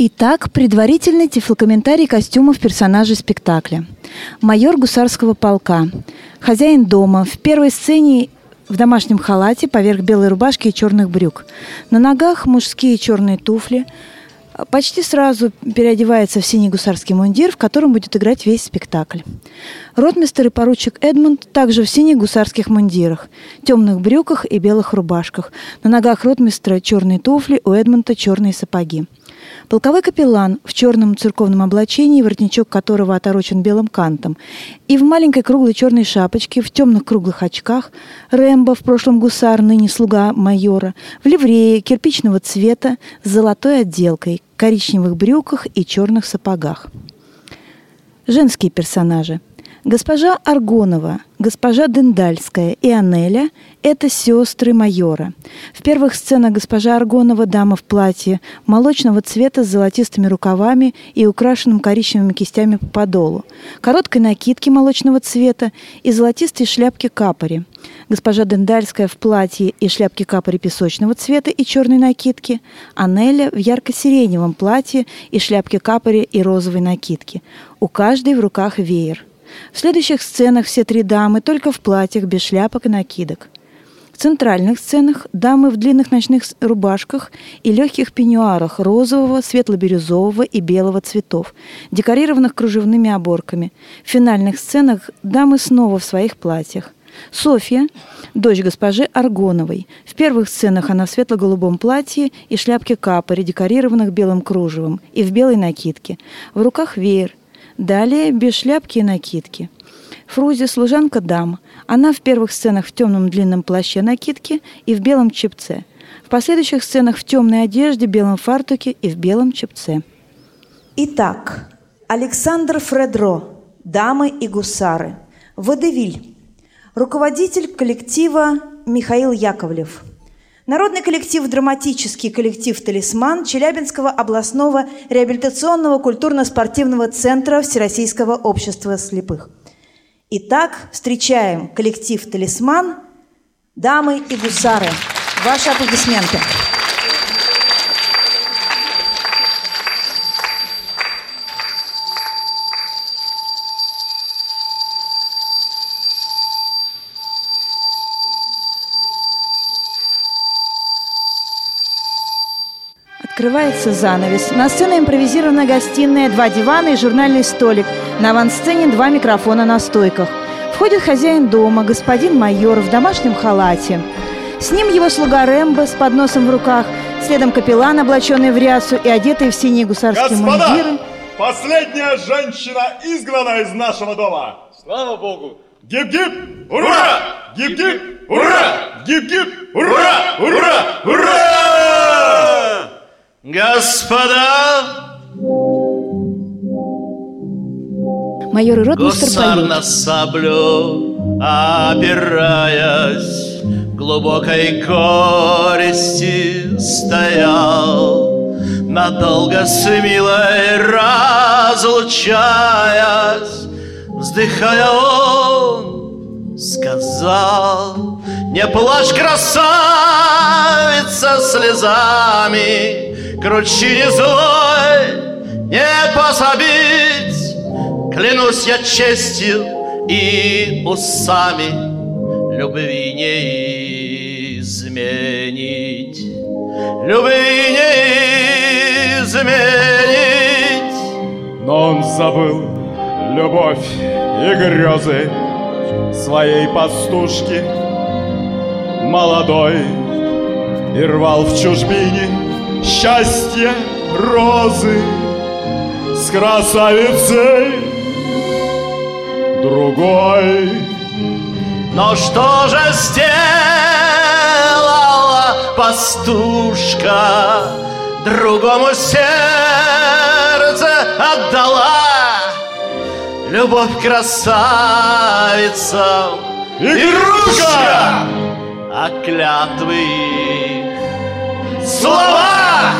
Итак, предварительный тифлокомментарий костюмов персонажей спектакля. Майор гусарского полка, хозяин дома, в первой сцене в домашнем халате поверх белой рубашки и черных брюк. На ногах мужские черные туфли. Почти сразу переодевается в синий гусарский мундир, в котором будет играть весь спектакль. Ротмистер и поручик Эдмунд также в синих гусарских мундирах, темных брюках и белых рубашках. На ногах ротмистра черные туфли, у Эдмунда черные сапоги. Полковой капеллан в черном церковном облачении, воротничок которого оторочен белым кантом, и в маленькой круглой черной шапочке, в темных круглых очках, Рэмбо, в прошлом гусар, ныне слуга майора, в ливрее кирпичного цвета с золотой отделкой, коричневых брюках и черных сапогах. Женские персонажи. Госпожа Аргонова, госпожа Дендальская и Анеля – это сестры майора. В первых сценах госпожа Аргонова – дама в платье молочного цвета с золотистыми рукавами и украшенным коричневыми кистями по подолу, короткой накидке молочного цвета и золотистой шляпке капори. Госпожа Дендальская в платье и шляпке капори песочного цвета и черной накидке, Анеля в ярко-сиреневом платье и шляпке капори и розовой накидке. У каждой в руках веер – в следующих сценах все три дамы только в платьях, без шляпок и накидок. В центральных сценах дамы в длинных ночных с- рубашках и легких пеньюарах розового, светло-бирюзового и белого цветов, декорированных кружевными оборками. В финальных сценах дамы снова в своих платьях. Софья, дочь госпожи Аргоновой. В первых сценах она в светло-голубом платье и шляпке капори, декорированных белым кружевом, и в белой накидке. В руках веер, Далее без шляпки и накидки. Фрузи – служанка дам. Она в первых сценах в темном длинном плаще накидки и в белом чепце. В последующих сценах в темной одежде, белом фартуке и в белом чепце. Итак, Александр Фредро, дамы и гусары, Водевиль, руководитель коллектива Михаил Яковлев, Народный коллектив «Драматический коллектив «Талисман» Челябинского областного реабилитационного культурно-спортивного центра Всероссийского общества слепых. Итак, встречаем коллектив «Талисман», дамы и гусары. Ваши аплодисменты. Открывается занавес. На сцене импровизированная гостиная, два дивана и журнальный столик. На авансцене два микрофона на стойках. Входит хозяин дома, господин майор в домашнем халате. С ним его слуга Рэмбо с подносом в руках, следом капеллан, облаченный в рясу и одетый в синие гусарские Господа, мундиры. последняя женщина изгнана из нашего дома. Слава богу! Гиб-гиб, ура! Гиб-гиб, ура! Гиб-гиб, ура! Ура! Ура! Господа, Майор и ротмистер гусар поют. на саблю опираясь, глубокой горести стоял, надолго с милой разлучаясь, вздыхая он, сказал, не плачь, красавица, слезами, кручи злой, не пособить, Клянусь я честью и усами Любви не изменить Любви не изменить Но он забыл любовь и грезы своей пастушки молодой и рвал в чужбине счастье розы с красавицей другой. Но что же сделала пастушка Другому сердце отдала Любовь красавицам Игрушка! а клятвы их слова,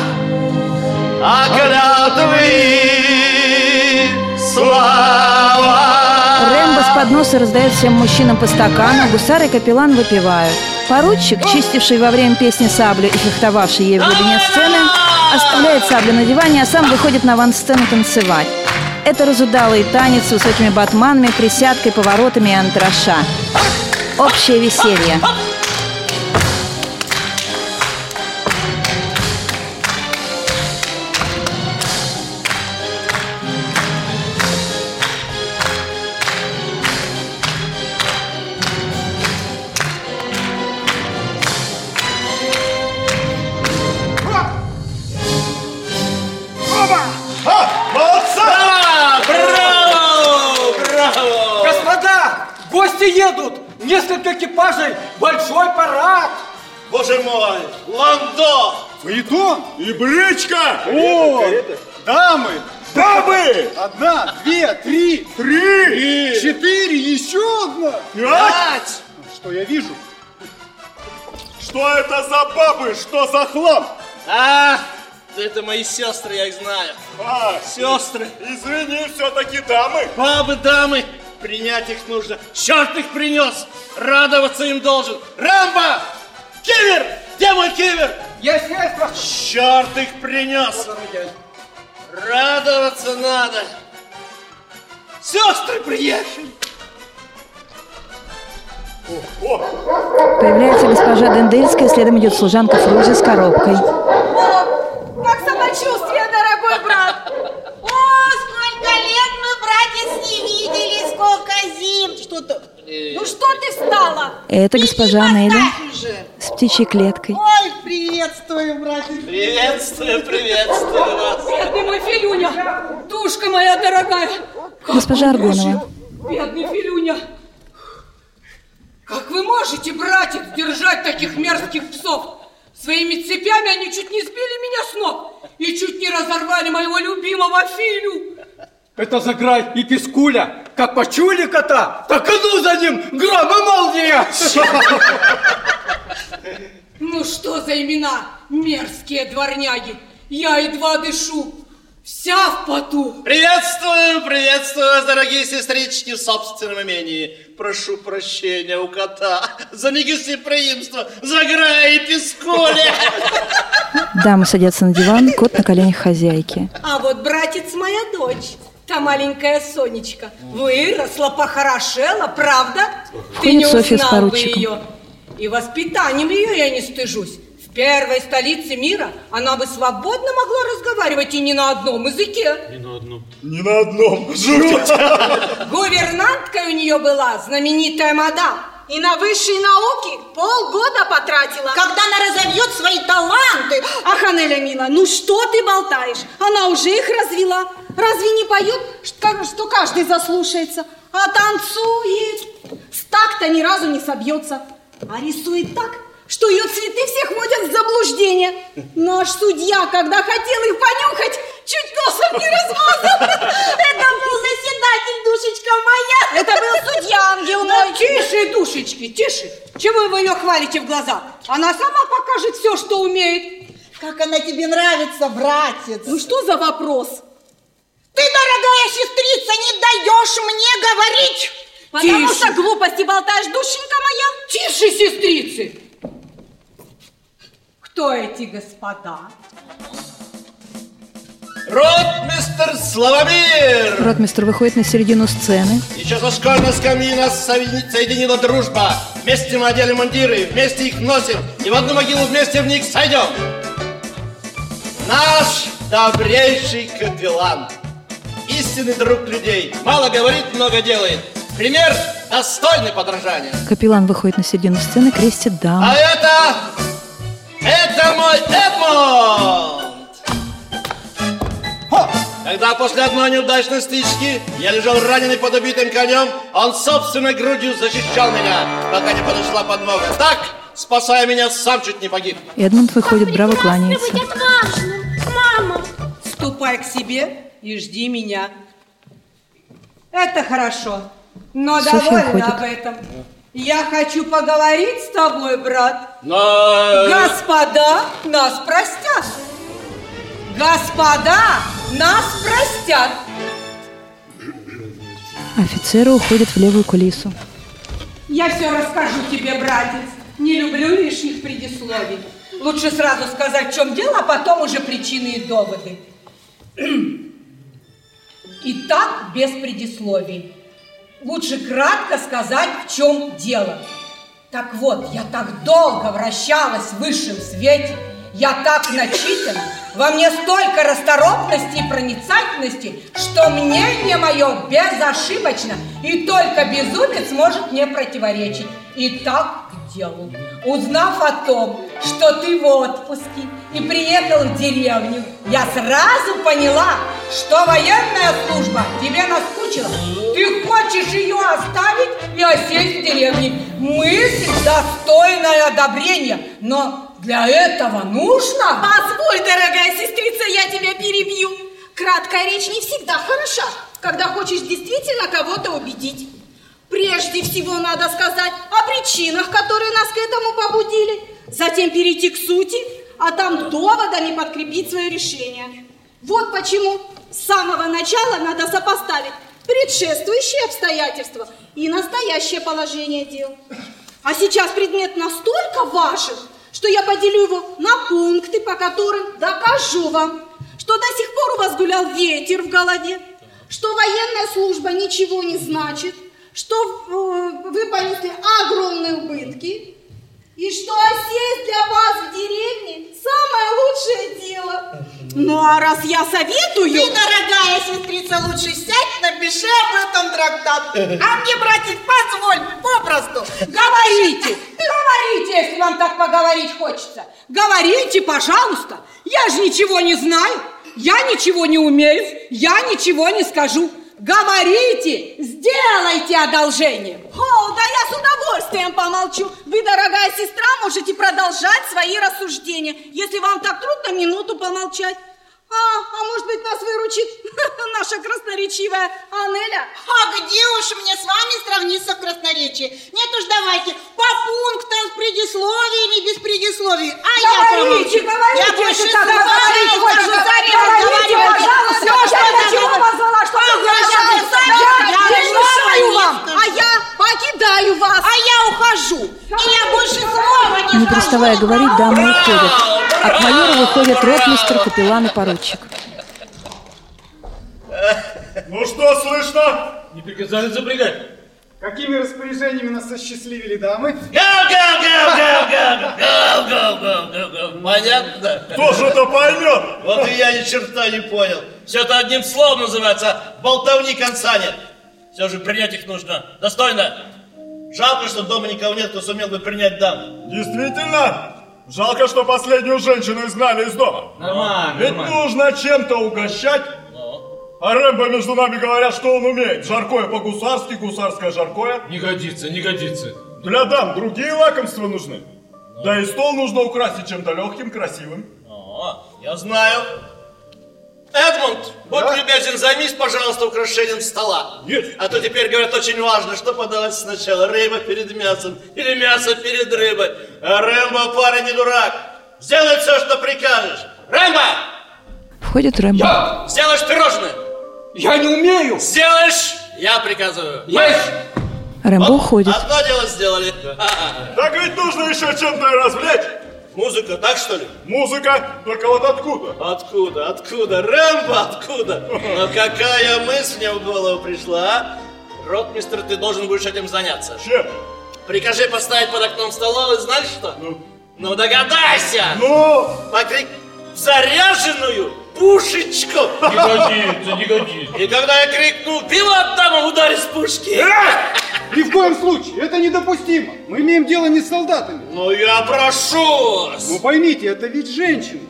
а клятвы их слова. Рэмбо с подноса раздает всем мужчинам по а стакану, гусары и капеллан выпивают. Поручик, чистивший во время песни саблю и фехтовавший ей в глубине сцены, оставляет саблю на диване, а сам выходит на ван-сцену танцевать. Это разудалый танец с высокими батманами, присядкой, поворотами и антраша. Общее веселье. А, молодца! Браво! Браво! Браво! Господа, гости едут! Несколько экипажей, большой парад! Боже мой! Ландо! Фаэтон? И брычка! О, дамы! Бабы! Одна, две, три, Три! четыре, еще одна! Ну, Пять! Что я вижу? Что это за бабы? Что за хлам? А, это мои сестры, я их знаю. А, Сестры, извини, все-таки дамы. бабы, дамы, принять их нужно. Черт их принес, радоваться им должен. Рамбо! Кивер! Где мой кивер? Я здесь прошу! Черт их принес! Радоваться надо! Сестры приехали! Появляется госпожа Дендельская, следом идет служанка Фрузи с коробкой. О, как самочувствие, дорогой брат! О, сколько лет мы, братец, не виделись, сколько зим! Что то Ну что ты встала? Это Иди госпожа поставь Нелли уже. с птичьей клеткой. Ой, приветствую, братец! Приветствую, приветствую вас! Бедный мой Филюня! Душка моя дорогая! Госпожа Аргонова. Бедный Филюня! Как вы можете, братец, держать таких мерзких псов? Своими цепями они чуть не сбили меня с ног и чуть не разорвали моего любимого Филю. Это заграй и пискуля! Как почули кота, так и ну за ним! Гром и молния! Ну что за имена, мерзкие дворняги? Я едва дышу, вся в поту. Приветствую, приветствую вас, дорогие сестрички, в собственном имении. Прошу прощения у кота за негостеприимство, за грая и писколи. Дамы садятся на диван, кот на коленях хозяйки. А вот братец моя дочь, та маленькая Сонечка, выросла, похорошела, правда? Ты не Входит Софья с узнал бы поручиком. ее. И воспитанием ее я не стыжусь. В первой столице мира она бы свободно могла разговаривать и не на одном языке. Ни на одном. Жуть! Гувернанткой у нее была знаменитая мадам. И на высшие науки полгода потратила. Когда она разовьет свои таланты. Ах, Анеля, мила, ну что ты болтаешь? Она уже их развела. Разве не поют, что, что каждый заслушается? А танцует. С так-то ни разу не собьется. А рисует так, что ее цветы всех вводят в заблуждение. Наш судья, когда хотел их понюхать, чуть носом не размазал. Это был заседатель, душечка моя. Это был судья, ангел мой. Тише, душечки, тише. Чего вы ее хвалите в глаза? Она сама покажет все, что умеет. Как она тебе нравится, братец? Ну что за вопрос? Ты, дорогая сестрица, не даешь мне говорить! Потому Тише. что глупости болтаешь, душенька моя! Тише, сестрицы! Кто эти господа? Ротмистер Славомир! Ротмистр выходит на середину сцены. Еще со школьной скамьи нас соедини- соединила дружба. Вместе мы одели мундиры, вместе их носим, и в одну могилу вместе в них сойдем. Наш добрейший Кадвилан. Истинный друг людей. Мало говорит, много делает. Пример достойный подражания. Капеллан выходит на середину сцены, крестит даму. А это... Это мой Эдмонд! Когда после одной неудачной стычки я лежал раненый под убитым конем, он собственной грудью защищал меня, пока не подошла подмога. Так, спасая меня, сам чуть не погиб. Эдмунд выходит, браво кланяется. отважным! Мама! Ступай к себе и жди меня. Это хорошо, но Софья довольно уходит. об этом. Я хочу поговорить с тобой, брат. Но... Господа нас простят. Господа нас простят. Офицеры уходят в левую кулису. Я все расскажу тебе, братец. Не люблю лишних предисловий. Лучше сразу сказать, в чем дело, а потом уже причины и доводы. И так без предисловий. Лучше кратко сказать, в чем дело. Так вот, я так долго вращалась в высшем свете, я так начитана, во мне столько расторопности и проницательности, что мнение мое безошибочно, и только безумец может мне противоречить. И так к делу. Узнав о том, что ты в отпуске и приехал в деревню, я сразу поняла, что военная служба тебе наскучила. Ты хочешь ее оставить и осесть в деревне. Мысль достойная одобрения, но для этого нужно... Позволь, дорогая сестрица, я тебя перебью. Краткая речь не всегда хороша, когда хочешь действительно кого-то убедить. Прежде всего надо сказать о причинах, которые нас к этому побудили, затем перейти к сути, а там доводами подкрепить свое решение. Вот почему с самого начала надо сопоставить предшествующие обстоятельства и настоящее положение дел. А сейчас предмет настолько важен, что я поделю его на пункты, по которым докажу вам, что до сих пор у вас гулял ветер в голове, что военная служба ничего не значит, что э, вы понесли огромные убытки, и что осесть для вас в деревне самое лучшее дело. Ну а раз я советую... Ты, дорогая сестрица, лучше сядь, напиши об этом трактат. А мне, братик, позволь, попросту. Говорите, говорите, если вам так поговорить хочется. Говорите, пожалуйста. Я же ничего не знаю, я ничего не умею, я ничего не скажу. Говорите, сделайте одолжение. О, да я с удовольствием помолчу. Вы, дорогая сестра, можете продолжать свои рассуждения, если вам так трудно минуту помолчать. А, а может быть, нас выручит наша красноречивая Анеля? А где уж мне с вами сравниться в красноречии? Нет уж, давайте по пунктам с предисловиями, без предисловий. А я Говорите, промолчу. говорите, я больше если так говорить хочется. Говорите, пожалуйста, все, что я почему хотела. позвала, чтобы вы Пожалуйста, пожалуйста, я я не мешаю вам. журналистка. А я покидаю вас. А я ухожу. И я больше слова не Не скажу. переставая говорить, дамы уходят. От майора выходят ротмистр, капеллан и поручик. Ну что слышно? Не приказали запрягать. Какими распоряжениями нас осчастливили дамы? Гав-гав-гав-гав-гав-гав-гав-гав-гав. Понятно? Кто же это поймет? Вот и я ни черта не понял. Все это одним словом называется. Болтовни конца нет. Все же принять их нужно. Достойно. Жалко, что дома никого нет, кто сумел бы принять дам. Действительно? Жалко, что последнюю женщину изгнали из дома. Нормально, Ведь нужно чем-то угощать. А Рэмбо, между нами говорят, что он умеет. Жаркое по-гусарски, гусарское жаркое. Не годится, не годится. Для дам другие лакомства нужны. Да и стол нужно украсить чем-то легким, красивым. О, я знаю. Эдмунд, будь любезен, займись, пожалуйста, украшением стола. Есть. А то теперь, говорят, очень важно, что подавать сначала, рыба перед мясом или мясо перед рыбой. А Рэмбо, парень, не дурак. Сделай все, что прикажешь. Рэмбо, Входит Рэмбо. Я, сделаешь пирожное. я не умею. Сделаешь, я приказываю. Есть. Рэмбо Вот, уходит. Одно дело сделали. А, Так ведь нужно еще чем-то и развлечь. Музыка, так что ли? Музыка, только вот откуда? Откуда, откуда? Рэмбо, откуда? Но Ну, какая мысль мне в голову пришла, а? Ротмистер, ты должен будешь этим заняться. Чем? Прикажи поставить под окном столовой, знаешь что? Ну, догадайся! Ну, Покрик заряженную пушечку! Не годится, не годится. И когда я крикнул, пилот там ударь с пушки! Э! Ни в коем случае, это недопустимо. Мы имеем дело не с солдатами. Ну я прошу вас! Ну поймите, это ведь женщины.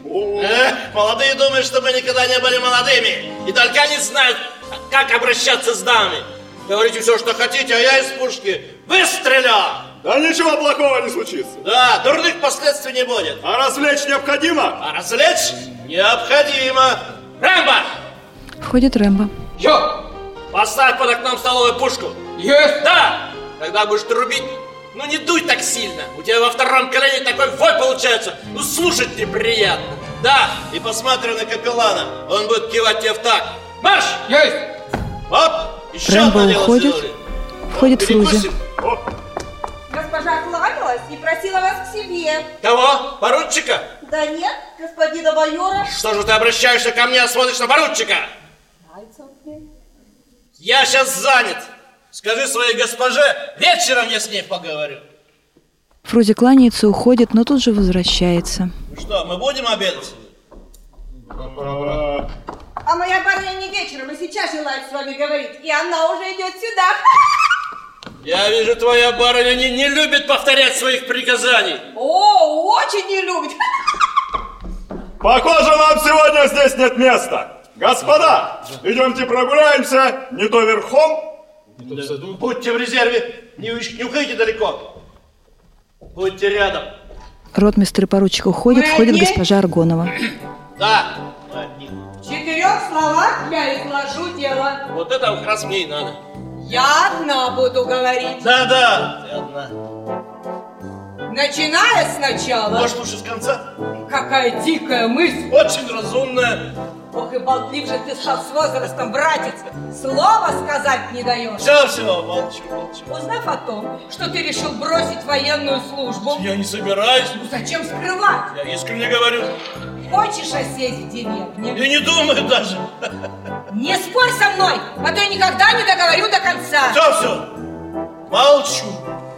Эх, Э, молодые думают, что мы никогда не были молодыми. И только они знают, как обращаться с дамами. Говорите все, что хотите, а я из пушки выстрелю. да ничего плохого не случится. Да, дурных последствий не будет. А развлечь необходимо? А развлечь необходимо. Рэмбо, Входит Рэмбо. Я, поставь под окном столовую пушку. есть. Да, когда будешь трубить, ну не дуй так сильно. У тебя во втором колене такой вой получается. Ну слушать неприятно. Да, и посмотри на капеллана. Он будет кивать тебе в так. Марш! Есть. Оп! Еще Рэмбо одно дело уходит. сделали. Входит Флюзя. Перекусим. Оп. Госпожа откланялась и просила вас к себе. Кого? Поручика? Да нет, господина майора. Что же ты обращаешься ко мне, а смотришь на поручика? Нравится он мне? Я сейчас занят. Скажи своей госпоже, вечером я с ней поговорю. Фрози кланяется, уходит, но тут же возвращается. Ну что, мы будем обедать? А моя барыня не вечером и сейчас желает с вами говорить. И она уже идет сюда. Я вижу, твоя барыня не, не любит повторять своих приказаний. О, очень не любит. Похоже, нам сегодня здесь нет места. Господа, идемте прогуляемся, не то верхом. Будьте в резерве, не, уч- не уходите далеко. Будьте рядом. Ротмистр и поручик уходят, Мы входит одни? госпожа Аргонова. Да, В четырех словах я изложу дело. вот это как раз мне и надо. Я одна буду говорить. Да-да, ты одна. Начиная сначала. Может, лучше с конца? Какая дикая мысль. Очень разумная. Ох, и болтлив же ты стал с возрастом, братец. Слова сказать не даешь. Все, все, молчу, молчу. Узнав о том, что ты решил бросить военную службу, Я не собираюсь, ну зачем скрывать? я искренне говорю. Хочешь осесть в деревне? Я не думаю даже. Не спорь со мной, а то я никогда не договорю до конца. Все, все, молчу.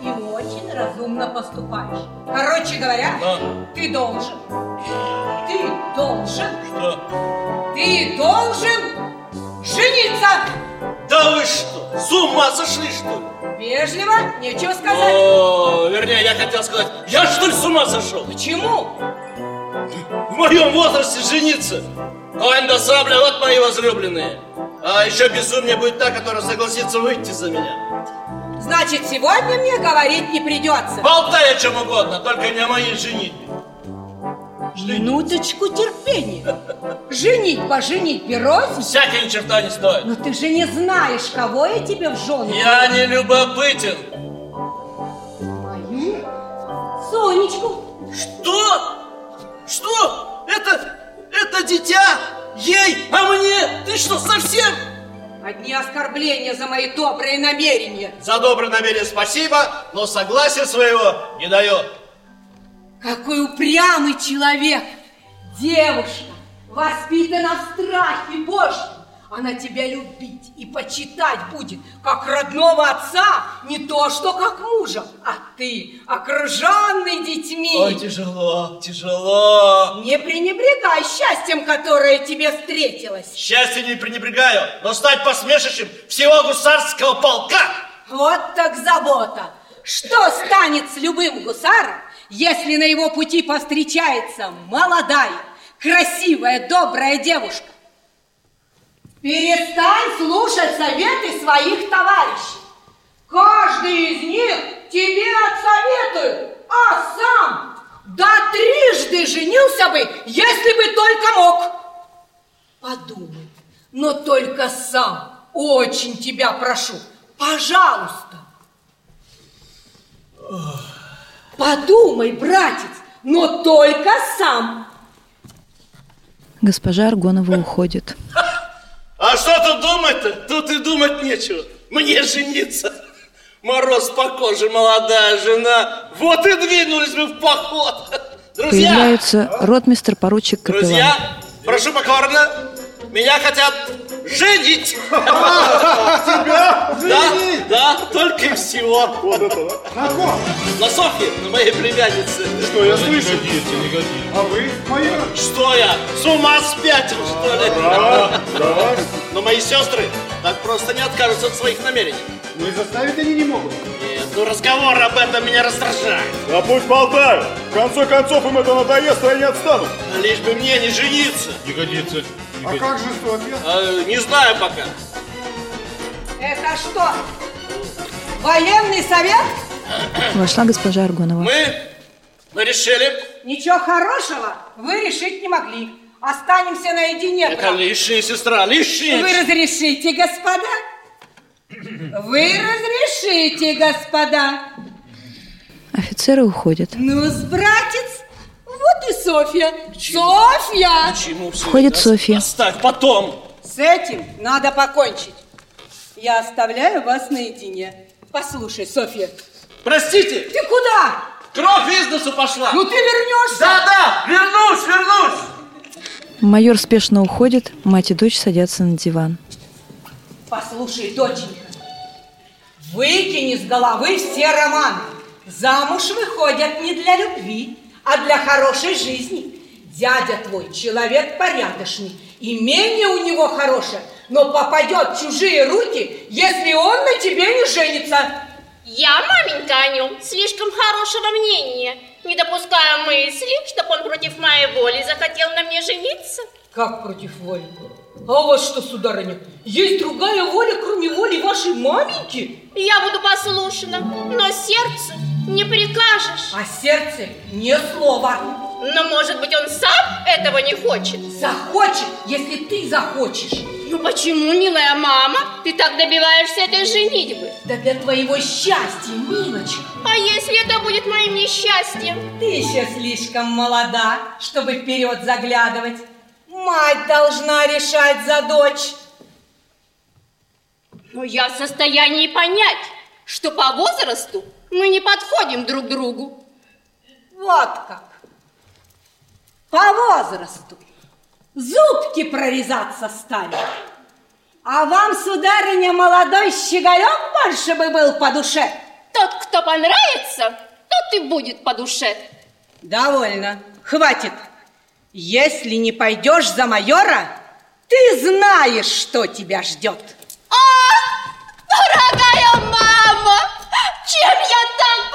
И очень разумно поступаешь. Короче говоря, Да. ты должен. Ты должен. Что? Ты должен жениться. Да вы что, с ума сошли, что ли? Вежливо, нечего сказать. О, вернее, я хотел сказать, я что ли с ума сошел? Почему? В моем возрасте жениться? Конь до сабля, вот мои возлюбленные. А еще безумнее будет та, которая согласится выйти за меня. Ну. Значит, сегодня мне говорить не придется. Болтай о чем угодно, только не о моей женитьбе. Минуточку терпения. Женить по женитьбе рознь. Всякая ни черта не стоит. Но ты же не знаешь, кого я тебе в жены. Я не любопытен. Сонечку. Что? Что? Это, это дитя? Ей, а мне? Ты что, совсем? Одни оскорбления за мои добрые намерения. За доброе намерение спасибо, но согласия своего не дает. Какой упрямый человек! Девушка, воспитана в страхе Божьем. Она тебя любить и почитать будет, как родного отца, не то что как мужа, а ты, окруженный детьми. Ой, тяжело, тяжело. Не пренебрегай счастьем, которое тебе встретилось. Счастье не пренебрегаю, но стать посмешищем всего гусарского полка! Вот так забота. Что станет с любым гусаром, если на его пути повстречается молодая, красивая, добрая девушка? Перестань слушать советы своих товарищей. Каждый из них тебе отсоветует, а сам да трижды женился бы, если бы только мог. Подумай, но только сам, очень тебя прошу, пожалуйста. Подумай, братец, но только сам. Госпожа Аргонова уходит. А что тут думать-то? Тут и думать нечего. Мне жениться. Мороз по коже, молодая жена. Вот и двинулись мы в поход. Друзья, Появляются ротмистр, поручик, капеллан. друзья, прошу покорно, меня хотят женить. Да, Женить! да, только и всего. Вот это, да? На ком? На Софье, на моей племяннице. Что, я слышу? А вы, майор? Что я, с ума спятил, что ли? Да, да. Но мои сестры так просто не откажутся от своих намерений. Ну и заставить они не могут. Нет, ну разговор об этом меня раздражает. Да пусть болтают. В конце концов им это надоест, и они отстанут. А Лишь бы мне не жениться. А как же Софья? Э, не знаю пока. Это что, военный совет? Вошла госпожа Аргонова. Мы, мы решили, Ничего хорошего вы решить не могли. Останемся наедине, это брат. лишняя сестра, лишняя. Вы разрешите, господа? Вы разрешите, господа? Офицеры уходят. Ну, с братец, вот и Софья. Софья! Почему всё Входит это? Софья. Оставь, потом. С этим надо покончить. Я оставляю вас наедине. Послушай, Софья, Простите! Ты куда? Кровь из носу пошла! Ну ты вернешься? Да-да, вернусь, вернусь! Майор спешно уходит, мать и дочь садятся на диван. Послушай, доченька, выкини с головы все романы. Замуж выходят не для любви, а для хорошей жизни. Дядя твой человек порядочный, имение у него хорошее, но попадет в чужие руки, если он на тебе не женится. Я, маменька, о нем слишком хорошего мнения, не допуская мысли, чтобы он против моей воли захотел на мне жениться. Как против воли? А у вас что, сударыня, есть другая воля, кроме воли вашей маменьки? Я буду послушна, но сердцу не прикажешь. А сердце ни слова. Но, может быть, он сам этого не хочет? Захочет, если ты захочешь. Ну почему, милая мама, ты так добиваешься этой женитьбы? Да для твоего счастья, милочка. А если это будет моим несчастьем? Ты еще слишком молода, чтобы вперед заглядывать. Мать должна решать за дочь. Но я в состоянии понять, что по возрасту мы не подходим друг другу. Вот как. По возрасту. Зубки прорезаться стали. А вам, сударыня, молодой щеголек больше бы был по душе. Тот, кто понравится, тот и будет по душе. Довольно. Хватит. Если не пойдешь за майора, ты знаешь, что тебя ждет. А, дорогая мама, чем я так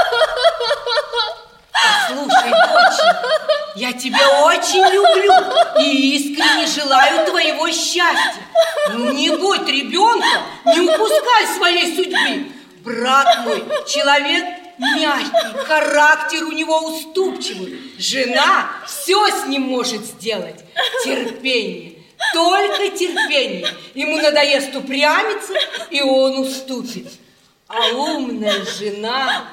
провинилась? Послушай, доченька, я тебя очень люблю и искренне желаю твоего счастья. Ну, не будь ребенком, не упускай своей судьбы. Брат мой, человек мягкий, характер у него уступчивый. Жена все с ним может сделать. Терпение, только терпение. Ему надоест упрямиться, и он уступит. А умная жена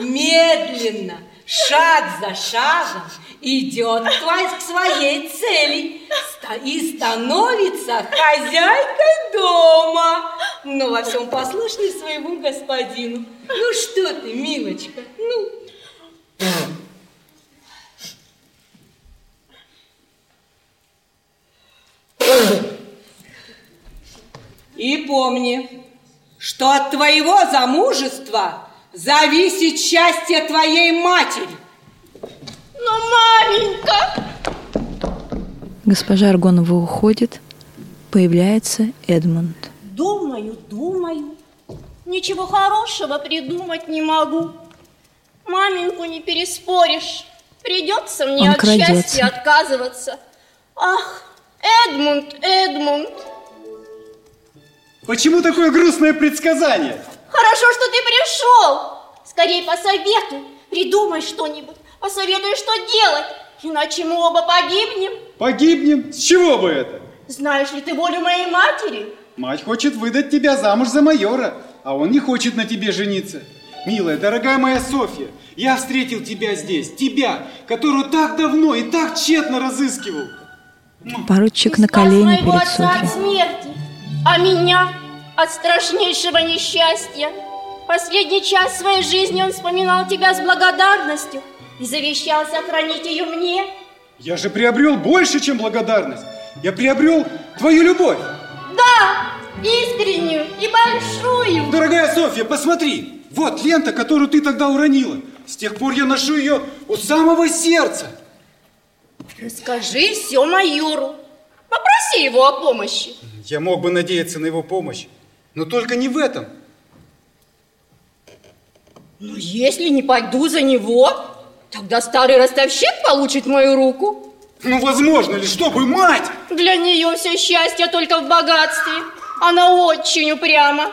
медленно, шаг за шагом, идет к твоей- к своей цели ста- и становится хозяйкой дома, но Ну, во всем послушной своему господину. Ну что ты, милочка, ну... И помни, что от твоего замужества зависит счастье твоей матери. Ну, Но, маменька, Госпожа Аргонова уходит, появляется Эдмунд. Думаю, думаю. Ничего хорошего придумать не могу. Маменьку не переспоришь. Придется мне Он от крадется. счастья отказываться. Ах, Эдмунд, Эдмунд, Почему такое грустное предсказание? хорошо, что ты пришел. Скорей посоветуй, придумай что-нибудь, посоветуй, что делать, иначе мы оба погибнем. Погибнем? С чего бы это? Знаешь ли ты волю моей матери? Мать хочет выдать тебя замуж за майора, а он не хочет на тебе жениться. Милая, дорогая моя Софья, я встретил тебя здесь, тебя, которую так давно и так тщетно разыскивал. Поручик на колени моего перед отца от судьей. смерти, а меня от страшнейшего несчастья. Последний час своей жизни он вспоминал тебя с благодарностью и завещал сохранить ее мне. Я же приобрел больше, чем благодарность. Я приобрел твою любовь. Да, искреннюю и большую. Дорогая Софья, посмотри, вот лента, которую ты тогда уронила. С тех пор я ношу ее у самого сердца. Расскажи все майору. Попроси его о помощи. Я мог бы надеяться на его помощь, но только не в этом. Но Ну, если не пойду за него, тогда старый ростовщик получит мою руку. Ну, возможно ли, чтобы мать... Для нее все счастье только в богатстве. Она очень упряма.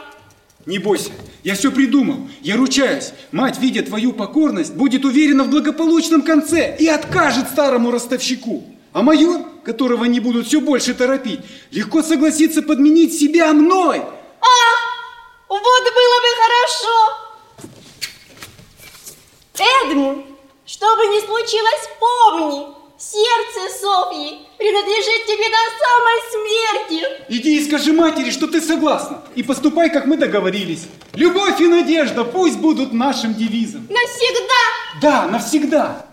Не бойся, я все придумал, я ручаюсь. Мать, видя твою покорность, будет уверена в благополучном конце и откажет старому ростовщику. А майор, которого они будут все больше торопить, легко согласится подменить себя мной. А, вот было бы хорошо. Эдмунд, что бы ни случилось, помни, сердце Софьи принадлежит тебе до самой смерти. Иди и скажи матери, что ты согласна. И поступай, как мы договорились. Любовь и надежда пусть будут нашим девизом. Навсегда. Да, навсегда.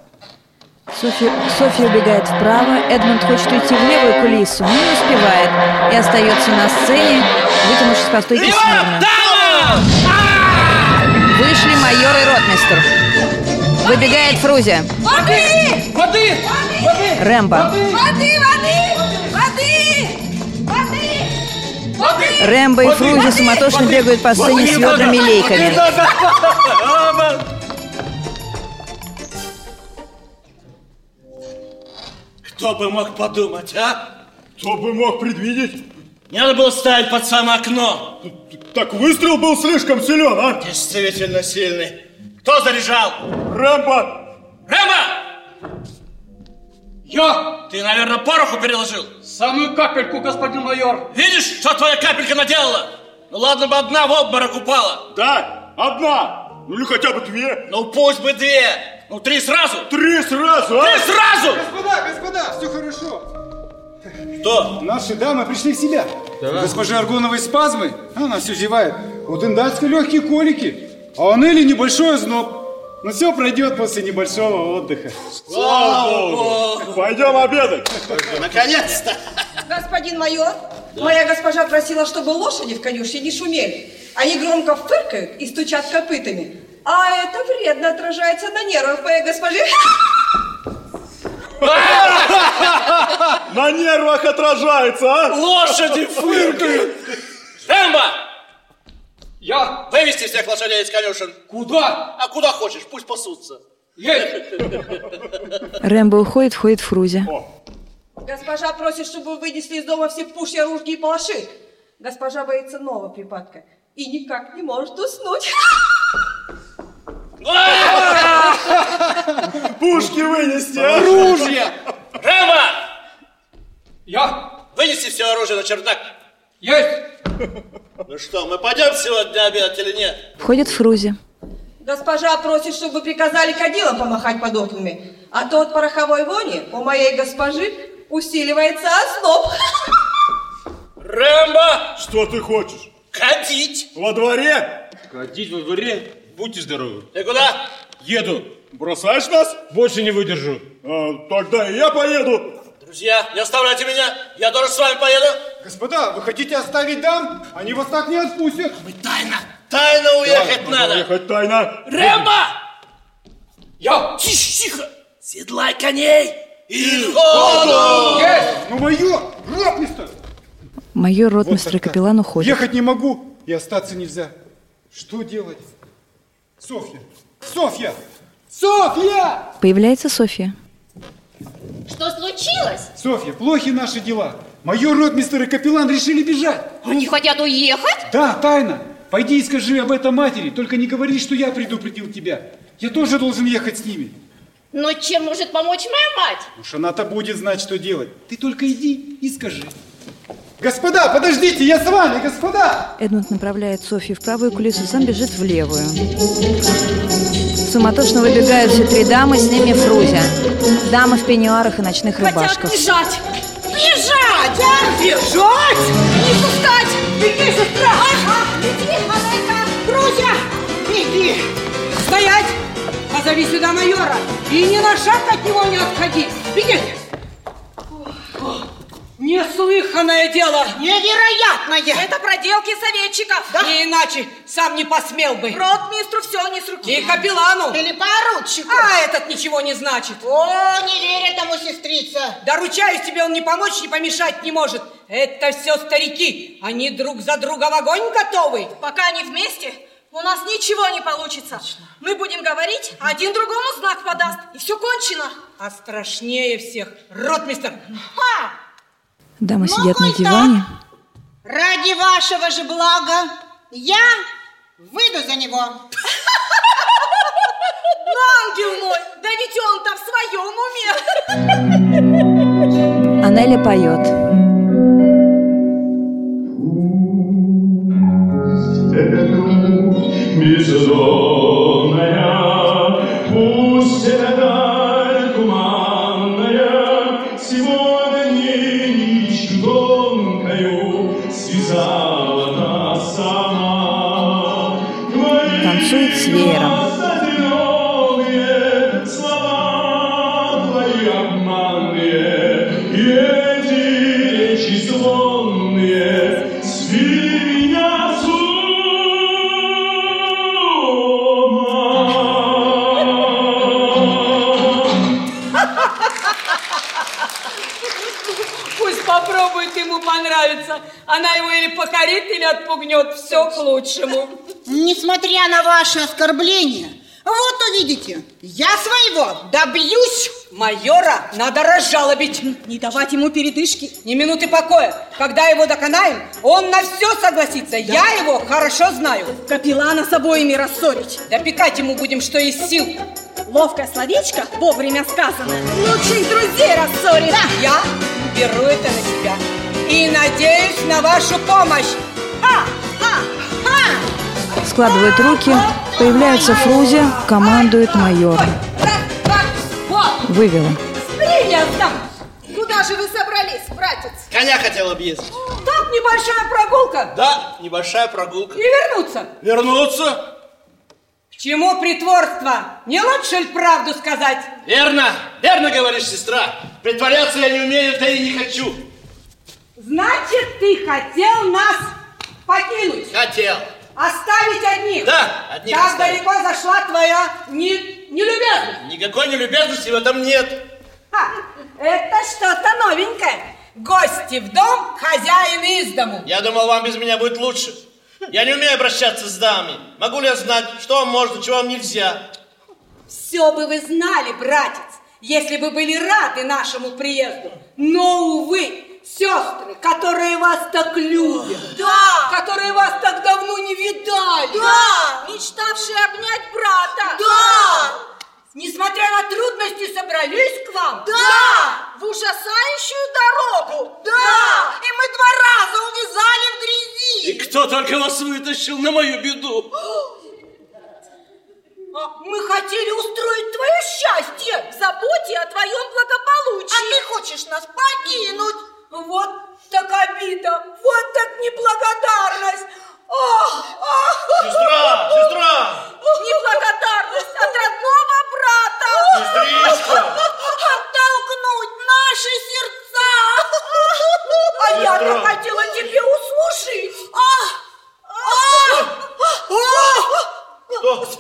Софья, Софья убегает вправо, Эдмонд хочет уйти в левую кулису, но не успевает и остается на сцене, вытянувшись по стойке смирно. Вышли майор и ротмистр. Выбегает Фрузя. Воды! Воды! Воды! Рэмбо. Воды, воды! Воды! Воды! Воды! Рэмбо и Фрузя суматошно бегают по сцене с ведрами и лейками. Кто бы мог подумать, а? Кто бы мог предвидеть? Не надо было ставить под самое окно. Так выстрел был слишком силен, а? Действительно сильный. Кто заряжал? Рэмбо! Рэмбо! Я Ты, наверное, пороху переложил. самую капельку, господин майор. Видишь, что твоя капелька наделала? Ну ладно бы одна в обморок упала. Да, одна! Ну или хотя бы две! Ну пусть бы две. Ну три сразу. Три сразу, а? Три сразу! Господа, господа, все хорошо. Что? Наши дамы пришли в себя. У госпожи Аргоновой спазмы, она все зевает. У Дендальской легкие колики, а у Нелли небольшой озноб. Но все пройдет Ну, после небольшого отдыха. Пойдем обедать! Наконец-то! Господин майор, моя госпожа просила, чтобы лошади в конюшне не шумели. Они громко фыркают и стучат копытами. А это вредно отражается на нервах моей госпожи. А! На нервах отражается, а? Лошади фыркают! Рэмбо! Я? Вывести всех лошадей из конюшен. Куда? А куда хочешь, пусть пасутся. Есть! Рэмбо уходит, входит Фрузя. Госпожа просит, чтобы вы вынесли из дома все пушья, ружья и палаши. Госпожа боится нового припадка и никак не может уснуть. Пушки вынести, а? Ружья! Рэмбо! Я? Вынеси все оружие на чердак. Есть! Ну что, мы пойдем сегодня обедать или нет? Входит Фрузя. Госпожа просит, чтобы вы приказали кадилом помахать под окнами, а то от пороховой вони у моей госпожи усиливается озноб. Рэмбо! Что ты хочешь? Ходить! Во дворе? Ходить во дворе? Будьте здоровы. Ты куда? Еду. Бросаешь нас? Больше не выдержу. А, тогда и я поеду. Друзья, не оставляйте меня! Я тоже с вами поеду! Господа, вы хотите оставить дам? Они вас так не отпустят. А Тайно! Тайно уехать надо! Ехать тайно. Рэмбо! Я? Тише, тихо! Седлай коней! И Есть! Ну, майор, ротмистер! Майор, ротмистр и так-так. капеллан уходят. Ехать не могу и остаться нельзя. Что делать? Софья! Софья! Софья! Появляется Софья. Что случилось? Софья, плохи наши дела. Майор, ротмистер и капеллан решили бежать. Они хотят уехать? Да, тайна. Пойди и скажи об этом матери, только не говори, что я предупредил тебя. Я тоже должен ехать с ними. Но чем может помочь моя мать? Уж она-то будет знать, что делать. Ты только иди и скажи. Господа, подождите, я с вами, господа! Эдмунд направляет Софью в правую кулису, сам бежит в левую. Суматошно выбегают все три дамы, с ними Фрузя. Дама в пеньюарах и ночных рубашках. бежать! а? Бежать! Бежать! Не пускать! Беги, сестра! Беги, Хозяйка! Друзья! Беги! Стоять! Позови сюда майора! И ни на шаг от него не отходи! Бегите! Неслыханное дело! Невероятное! Это проделки советчиков! Да? Не иначе сам не посмел бы! Ротмистру все не с руки! И капеллану! Или поручику. А этот ничего не значит! О, не верь этому, сестрица. Да ручаюсь тебе, он не помочь, не помешать не может! Это все старики! Они друг за друга в огонь готовы! Пока они вместе, у нас ничего не получится. Мы будем говорить, а один другому знак подаст, и все кончено. А страшнее всех ротмистер! А! Ха! Дамы сидят на хоть диване. Ради вашего же блага я выйду за него. Но, ангел мой, да ведь он-то в своем уме. Анеля поет. Бездонная, пусть туманная, сегодня ему понравится. Она его или покорит, или отпугнет. Все к лучшему. Несмотря на ваше оскорбление, вот увидите, я своего добьюсь. Майора надо разжалобить. Не давать ему передышки, ни минуты покоя. Когда его доконаем, он на все согласится. Я его хорошо знаю. Капеллана с обоими рассорить. Допекать ему будем, что из сил. Ловкое словечко, вовремя сказанное. Лучших друзей рассорить. Я беру это на себя. И надеюсь на вашу помощь. А, а, а! Складывают руки, появляется Фрузя, командует майор. Вот, Вывела. приездом! Куда же вы собрались, братец? Коня хотел объездить. Так, небольшая прогулка. Да, небольшая прогулка. И вернуться. Вернуться? К чему притворство? Не лучше ли правду сказать? Верно, верно говоришь, сестра. Притворяться я не умею, да и не хочу. Значит, ты хотел нас покинуть? Хотел. Оставить одних? Да, одних Так оставить. далеко зашла твоя не... нелюбезность. Никакой нелюбезности в этом нет. Ха, это что-то новенькое. Гости в дом, хозяин из дому. Я думал, вам без меня будет лучше. Я не умею обращаться с дамами. Могу ли я знать, что вам можно, чего вам нельзя? Все бы вы знали, братец, если бы были рады нашему приезду. Но, увы, сестры, которые вас так любят. Да. Которые вас так давно не видали. Да. Мечтавшие обнять брата. Да. Несмотря на трудности, собрались к вам? Да. В ужасающую дорогу. Да. И мы два раза увязали в грязи. И кто только вас вытащил на мою беду? А Мы хотели устроить твое счастье в заботе о твоем благополучии. А ты хочешь нас покинуть? Вот так обида, вот так неблагодарность. Ох, ох. Сестра, сестра! Неблагодарность от родного брата. Сестричка! Оттолкнуть наши сердца. А я-то Сестра. хотела тебе услужить. А! А!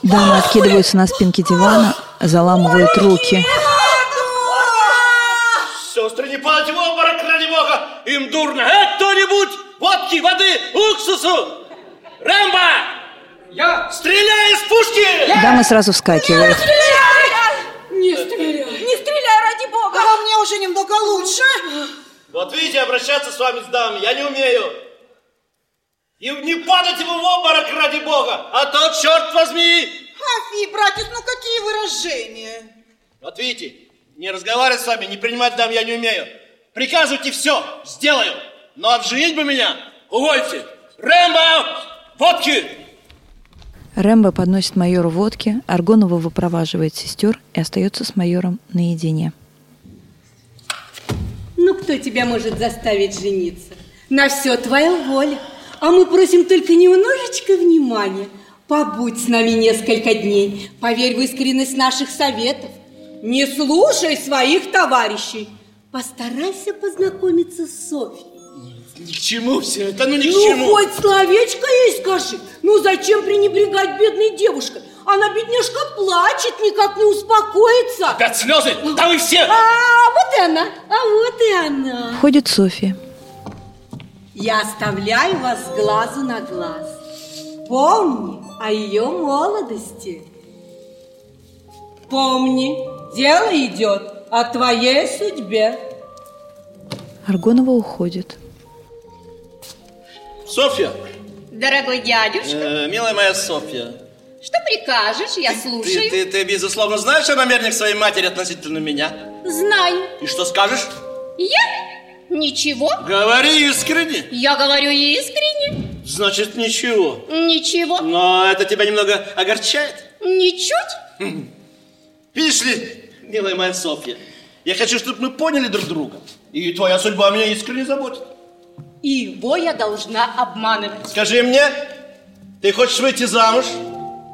Дамы откидываются на спинки дивана, заламывают руки. Сестры, не падайте в обморок, ради бога! Им дурно! Э, кто-нибудь! Водки, воды, уксусу! Рэмбо! Я? Стреляй из пушки! Дамы сразу вскакивают. Не стреляй! Не стреляй, ради бога! А мне уже немного лучше. Вот видите, обращаться с вами с дамами я не умею. И не падайте вы в обморок, ради бога! А то, черт возьми! Афи, братец, ну какие выражения. Вот видите, не разговаривать с вами, не принимать дам я не умею. Приказывайте все, сделаю. Но обженить бы меня, увольте. Рэмбо! Водки! Рэмбо подносит майору водки, Аргонова выпроваживает сестер и остается с майором наедине. Ну, кто тебя может заставить жениться? На все твоя воля. А мы просим только немножечко внимания. Побудь с нами несколько дней. Поверь в искренность наших советов. Не слушай своих товарищей. Постарайся познакомиться с Софьей. Ни к чему все это, ну ни к ну, чему. хоть словечко ей скажи. Ну, зачем пренебрегать бедной девушкой? Она, бедняжка, плачет, никак не успокоится. Опять слезы? Да вы все! А, вот и она, а вот и она. Входит Софья. Я оставляю вас с глазу на глаз. Помни о ее молодости. Помни, дело идет о твоей судьбе. Аргонова уходит. Софья! Дорогой дядюшка, Э, милая моя Софья, что прикажешь? Я слушаю. ты, ты, ты, безусловно, знаешь о намерениях своей матери относительно меня? Знаю. И что скажешь? Я? Ничего. Говори искренне. Я говорю искренне. Значит, ничего. Ничего. Но это тебя немного огорчает. Ничуть. Видишь ли, милая моя Софья, я хочу, чтобы мы поняли друг друга. И твоя судьба меня искренне заботит. И его я должна обманывать. Скажи мне, ты хочешь выйти замуж?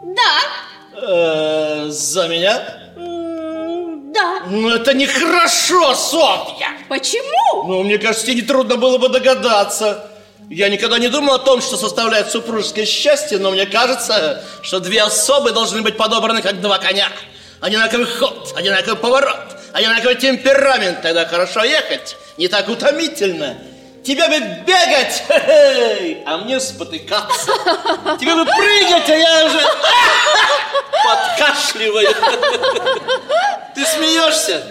Да, Э, за меня? да. Ну, это нехорошо, Софья! Почему? Ну, мне кажется, тебе нетрудно было бы догадаться. Я никогда не думал о том, что составляет супружеское счастье, но мне кажется, что две особы должны быть подобраны как два коня. Одинаковый ход, одинаковый поворот, одинаковый темперамент. Тогда хорошо ехать, не так утомительно. Тебе бы бегать, хе-хей, а мне спотыкаться. Тебе бы прыгать, а я уже подкашливаю. Ты смеешься?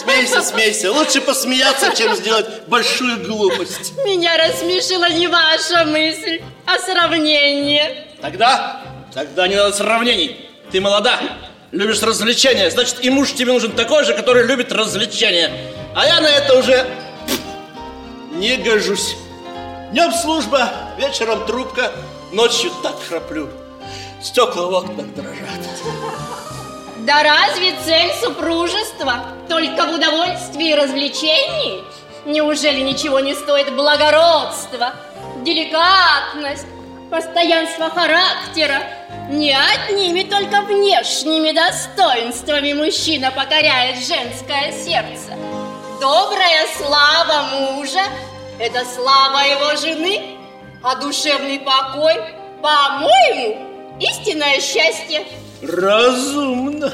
Смейся, смейся. Лучше посмеяться, чем сделать большую глупость. Меня рассмешила не ваша мысль, а сравнение. Тогда, тогда не надо сравнений. Ты молода, любишь развлечения, значит и муж тебе нужен такой же, который любит развлечения. А я на это уже не гожусь. Днем служба, вечером трубка, ночью так храплю. Стекла в окнах дрожат. Да разве цель супружества только в удовольствии и развлечении? Неужели ничего не стоит благородство, деликатность, постоянство характера? Не одними только внешними достоинствами мужчина покоряет женское сердце. Добрая слава мужа – это слава его жены, а душевный покой, по-моему, истинное счастье. Разумно,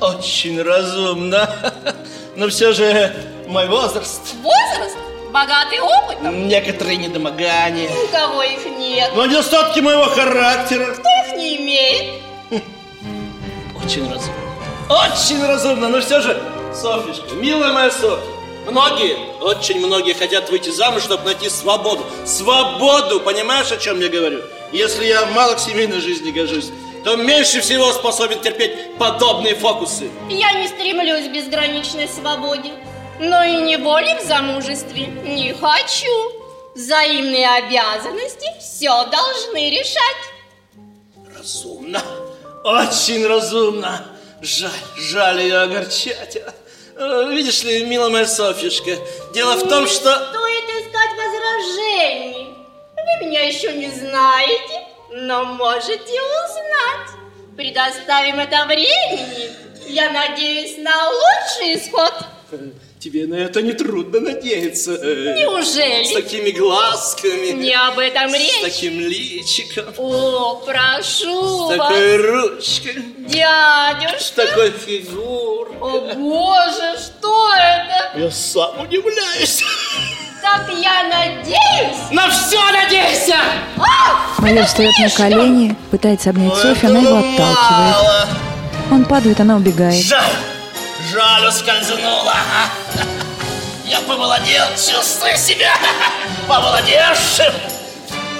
очень разумно. Но все же мой возраст, Возраст, богатый опыт, некоторые недомогания, у кого их нет, но недостатки моего характера. кто их не имеет. Очень разумно. Очень разумно, но все же, Софьюшка, милая моя Софья, многие, очень многие хотят выйти замуж, чтобы найти свободу. Свободу, понимаешь, о чем я говорю? Если я мало к семейной жизни гожусь, то меньше всего способен терпеть подобные фокусы. Я не стремлюсь к безграничной свободе, но и не воли в замужестве не хочу. Взаимные обязанности все должны решать. Разумно, очень разумно. Жаль, жаль ее огорчать. Э, Видишь ли, милая моя Софьюшка, дело в том, Не что... стоит искать возражений. Вы меня еще не знаете, но можете узнать. Предоставим это времени. Я надеюсь на лучший исход. Тебе на это не трудно надеяться. Э, Неужели? С такими глазками. Не об этом С речь. таким личиком. О, прошу С вас, такой ручкой. С дядюшка. такой фигурой. О, боже, что это? Я сам удивляюсь. Так я надеюсь. На все надейся! А! Майор встает на колени, пытается обнять Софью, она его отталкивает. Он падает, она убегает. Жаль, жаль, ускользнула. а. Я помолодел, чувствую себя помолодевшим.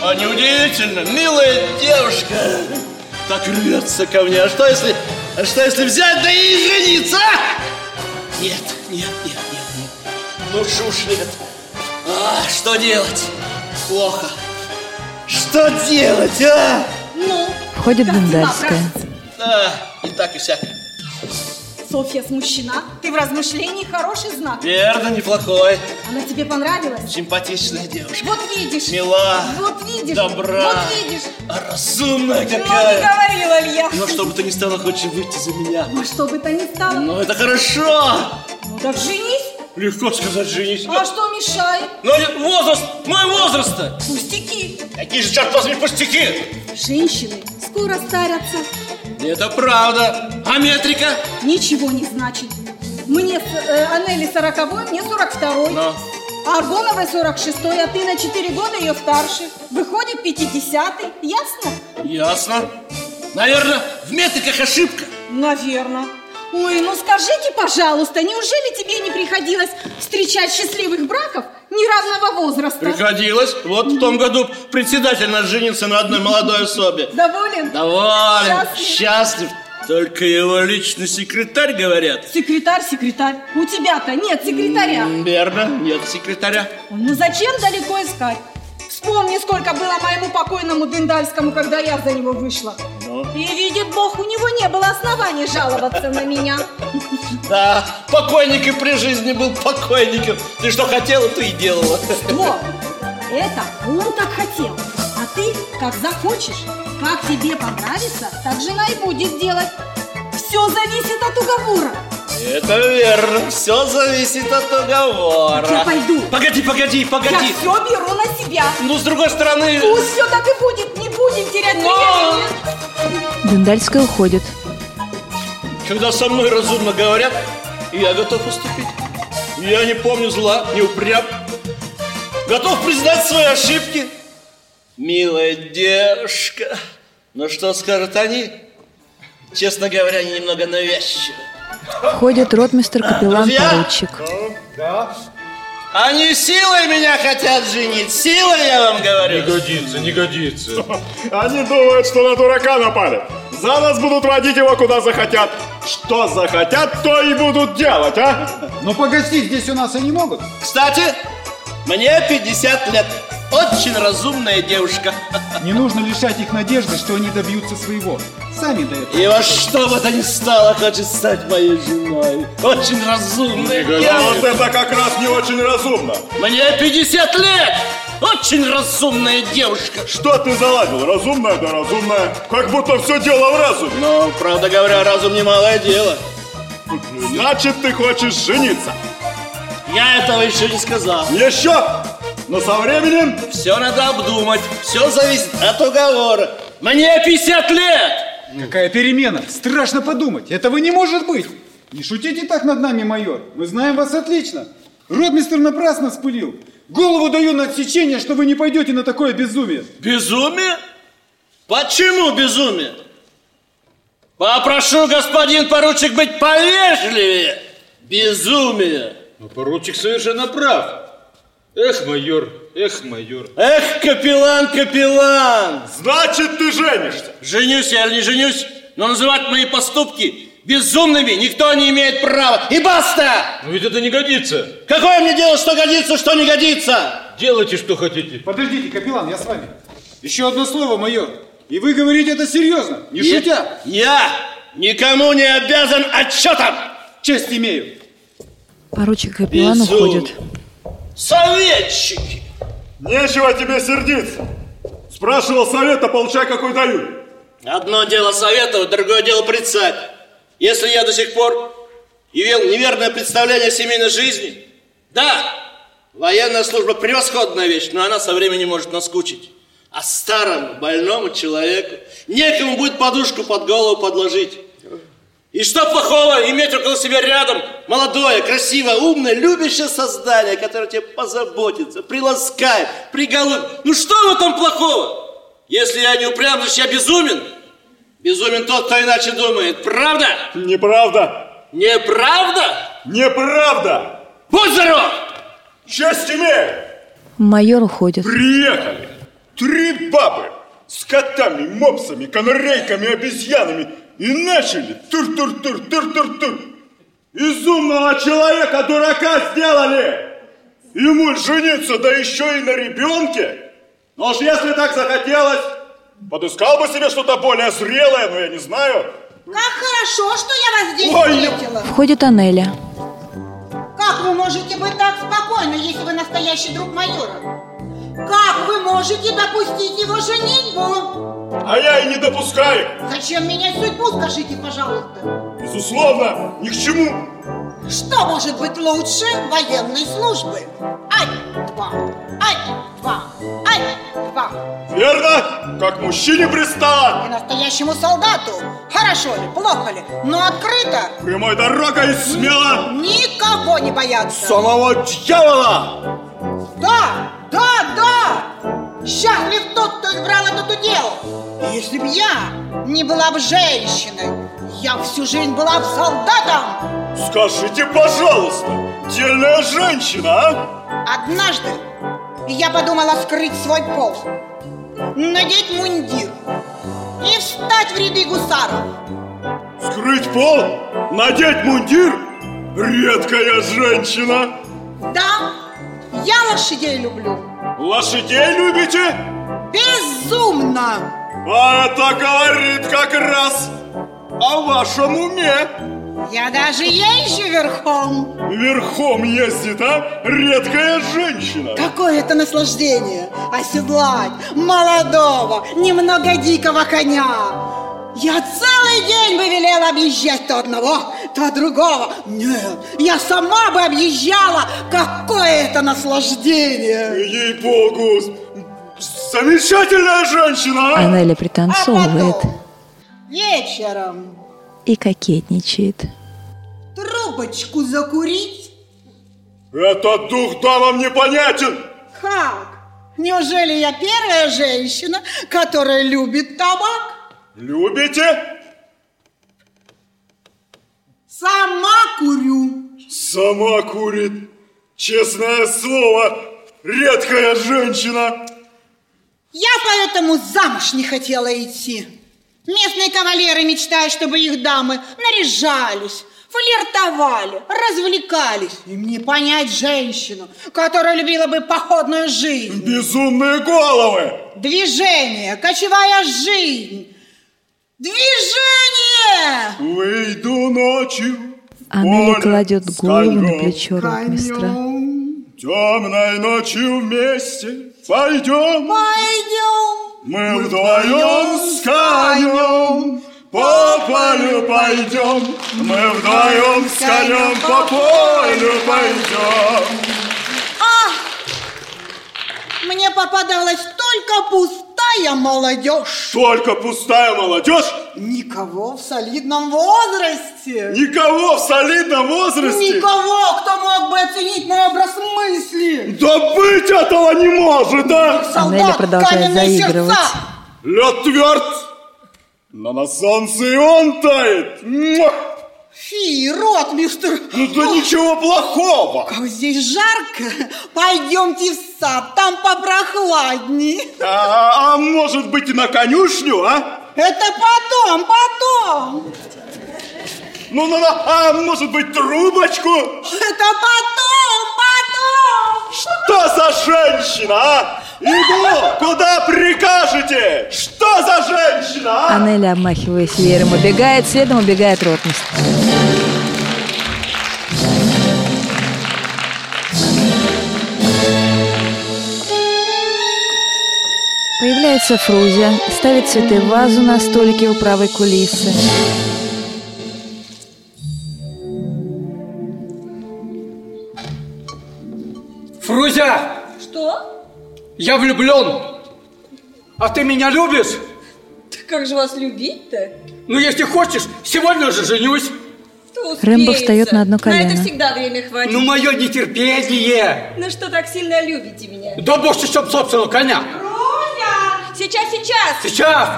А неудивительно, милая девушка так рвется ко мне. А что если, а что если взять да и извиниться? а? Нет, нет, нет, нет, нет. Лучше уж нет. А, что делать? Плохо. Что делать, а? Ну, Входит как дела, Бендальская. брат? А, и так и всяко. Софья смущена. Ты в размышлении хороший знак. Верно, неплохой. Она тебе понравилась? Симпатичная девушка. Вот видишь. Мила. Вот видишь. Добра. Вот видишь. А разумная Ну, какая. говорила Илья. Но что бы ты ни стала, хочешь выйти за меня. Ну, что бы то ни стало. Ну, это хорошо. Ну, так женись. Легко сказать, женись. А что мешает? Но не- возраст, мой возраст-то. Пустяки. Какие же, черт возьми, пустяки. Женщины скоро старятся. Это правда. А метрика? Ничего не значит. Мне э, Анели 40 мне 42 Но. А Аргоновой 46 а ты на 4 года ее старше. Выходит 50 ясно? Ясно. Наверное, в метриках ошибка. Наверное. Ой, ну скажите, пожалуйста, неужели тебе не приходилось встречать счастливых браков неравного возраста? Приходилось. Вот в том году председатель наш женился на одной молодой особе. Доволен? Доволен, Счастлив. счастлив. Только его личный секретарь, говорят. Секретарь, секретарь. У тебя-то нет секретаря. М, Верно, нет секретаря. Ну зачем далеко искать? Вспомни, сколько было моему покойному Дендальскому, когда я за него вышла. И видит Бог, у него не было оснований жаловаться на меня. Да, А, покойник и при жизни был покойником. Ты что хотела, то и делала. Что? Это он так хотел. А ты, как захочешь, как тебе понравится, так жена и будет делать. Все зависит от уговора. Это верно. Все зависит от уговора. Я пойду. Погоди, погоди, погоди. Я все беру на себя. Ну, с другой стороны... Пусть все так и будет. Не будем терять времени. Дендальская уходит. Когда со мной разумно говорят, я готов уступить. Я не помню зла, не упрям. Готов признать свои ошибки? Милая девушка, ну что скажут они? Честно говоря, они немного навязчивы. Входит ротмистер капеллан Друзья? поручик. Да. Они А силой меня хотят женить, силой я вам говорю. Не годится, не годится. Они думают, что на дурака напали. За нас будут водить его куда захотят. Что захотят, то и будут делать, а? Но погостить здесь у нас они могут. Кстати, мне 50 лет. Очень разумная девушка. Не нужно лишать их надежды, что они добьются своего. Сами до этого. И во что бы то ни стало хочет стать моей женой. Очень разумная А вот это как раз не очень разумно. Мне 50 лет! Очень разумная девушка. Что ты заладил? Разумная да разумная. Как будто все дело в разуме. Ну, правда говоря, разум немалое дело. Значит, ты хочешь жениться? Я этого еще не сказал. Еще? Но со временем... Все надо обдумать. Все зависит от уговора. Мне 50 лет! Какая перемена? Страшно подумать. Этого не может быть. Не шутите так над нами, майор. Мы знаем вас отлично. Ротмистер напрасно вспылил. Голову даю на отсечение, что вы не пойдете на такое безумие. Безумие? Почему безумие? Попрошу, господин поручик, быть повежливее. Безумие. Но Ну, поручик совершенно прав. Эх, майор, эх, майор. Эх, капеллан, капеллан! Значит, ты женишься? Женюсь я или не женюсь, но называть мои поступки безумными никто не имеет права. И баста! Но Ну, ведь это не годится. Какое мне дело, что годится, что не годится? Делайте, что хотите. Подождите, капеллан, я с вами. Еще одно слово, майор. И вы говорите это серьезно, не Я- шутя. Я никому не обязан отчетом! Честь имею. Поручик капеллан Безумно. уходит. Советчики! Нечего тебе сердиться. Спрашивал совета, получай, какой дают. Одно дело советовать, другое дело прицать. Если я до сих пор имел неверное представление о семейной жизни, да, военная служба превосходная вещь, но она со временем может наскучить. А старому, больному человеку некому будет подушку под голову подложить. И что плохого иметь около себя рядом молодое, красивое, умное, любящее создание, которое тебе позаботится, приласкает, приголубит. Ну что в этом плохого? Если я не упрям, значит я безумен. Безумен тот, кто иначе думает. Правда? Неправда. Неправда? Неправда. Будь здоров! Честь имею. Майор уходит. Приехали. Три бабы. С котами, мопсами, канарейками, обезьянами. И начали. Тур-тур-тур, тур-тур-тур. Из умного человека дурака сделали. Ему жениться, да еще и на ребенке. Но уж если так захотелось, подыскал бы себе что-то более зрелое, но я не знаю. Как хорошо, что я вас здесь Ой, я- встретила. Входит Анеля. Как вы можете быть так спокойны, если вы настоящий друг майора? Как вы можете допустить его женитьбу? А я и не допускаю. Зачем менять судьбу, скажите, пожалуйста? Безусловно, ни к чему. Что может быть лучше военной службы? Ай-два, ай-два, ай-два. Верно? Как мужчине пристало. И настоящему солдату. Хорошо ли, плохо ли, но открыто. Прямой дорогой смело. Никого не бояться. Самого дьявола! Да, да, да! Счастлив тот, кто избрал этот удел! И Если б я не была бы женщиной, я б всю жизнь была бы солдатом! Скажите, пожалуйста, дельная женщина, а? Однажды я подумала скрыть свой пол, надеть мундир и встать в ряды гусаров. Скрыть пол? Надеть мундир? Редкая женщина! Да, я лошадей люблю. Лошадей любите? Безумно! А это говорит как раз о вашем уме! Я даже езжу верхом. Верхом ездит, а? Редкая женщина! Какое это наслаждение! Оседлать молодого, немного дикого коня! Я целый день бы велела объезжать то одного, то другого. Нет, я сама бы объезжала. Какое это наслаждение! Ей-богу! Замечательная женщина, а? Анеля пританцовывает Вечером и кокетничает. трубочку закурить? Этот дух да вам непонятен! Как? Неужели я первая женщина, которая любит табак? Любите? Сама курю. Сама курит. Честное слово, редкая женщина. Я поэтому замуж не хотела идти. Местные кавалеры мечтают, чтобы их дамы наряжались, флиртовали, развлекались. Им не понять женщину, которая любила бы походную жизнь. Безумные головы! Движение, кочевая жизнь. Движение! Выйду ночью. Амелия Оля, кладет голову на скользь. плечо ротмистра. Темной ночью вместе пойдем. Пойдем. Мы, вдвоем с конем по полю пойдем. Мы вдвоем с конем по полю пойдем. А! Мне попадалась только пустая молодежь. Только пустая молодежь, Никого в солидном возрасте. никого в солидном возрасте. Никого, кто мог бы оценить мой образ мысли. Да быть этого не может, а! Анеля продолжает каменные заигрывать. Лед тверд, но на солнце и он тает. Муа! Фи, рот, мистер. Ну да ничего плохого. Как здесь жарко. Пойдемте в сад, там попрохладней. А, а может быть и на конюшню, а? Это потом, потом. Ну, ну, ну, а может быть трубочку? Это потом, потом. Что за женщина, а? Иду, куда прикажете? Что за женщина, а? Анеля, обмахиваясь веером, убегает, следом убегает ротмистр. Появляется Фрузя, ставит цветы в вазу на столике у правой кулисы. Фрузя, Что? я влюблен. А ты меня любишь? Так как же вас любить-то? Ну, если хочешь, сегодня же женюсь. Кто Рэмбо успеется? встает на На одно это колено. всегда время хватит. Ну, мое нетерпение. Ну что так сильно любите меня? Да больше, чем собственного коня. Сейчас, сейчас! Сейчас!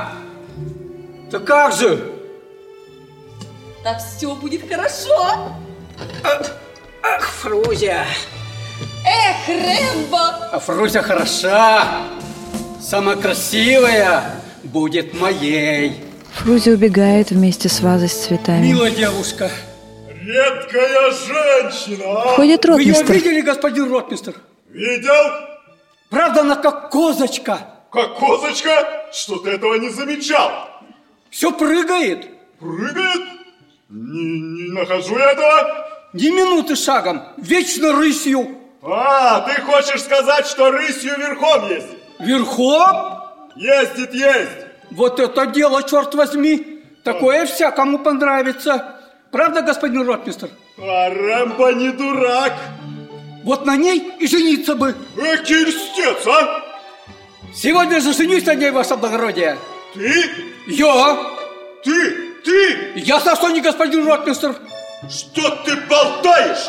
Да как же? Да все будет хорошо! Ах, Фрузя! Эх, Рэмбо! А Фрузя хороша! Самая красивая будет моей! Фрузя убегает вместе с вазой с цветами. Милая девушка! Редкая женщина, а? Входит Вы ее ротмистр. видели, господин ротмистер? Видел? Правда, она как козочка! Как козочка? Что ты этого не замечал? Все прыгает! Прыгает? Не, не нахожу я этого. Ни минуты шагом, вечно рысью! А, ты хочешь сказать, что рысью верхом ездит? Верхом? Ездит, есть. Вот это дело, черт возьми! Такое всякому понравится! Правда, господин ротмистер? А Рэмбо не дурак. Вот на ней и жениться бы! Экий льстец, а? Сегодня же женюсь на ней, ваше благородие! Ты? Я! Ты? Ты? Я совсем не господин ротмистер! Что ты болтаешь?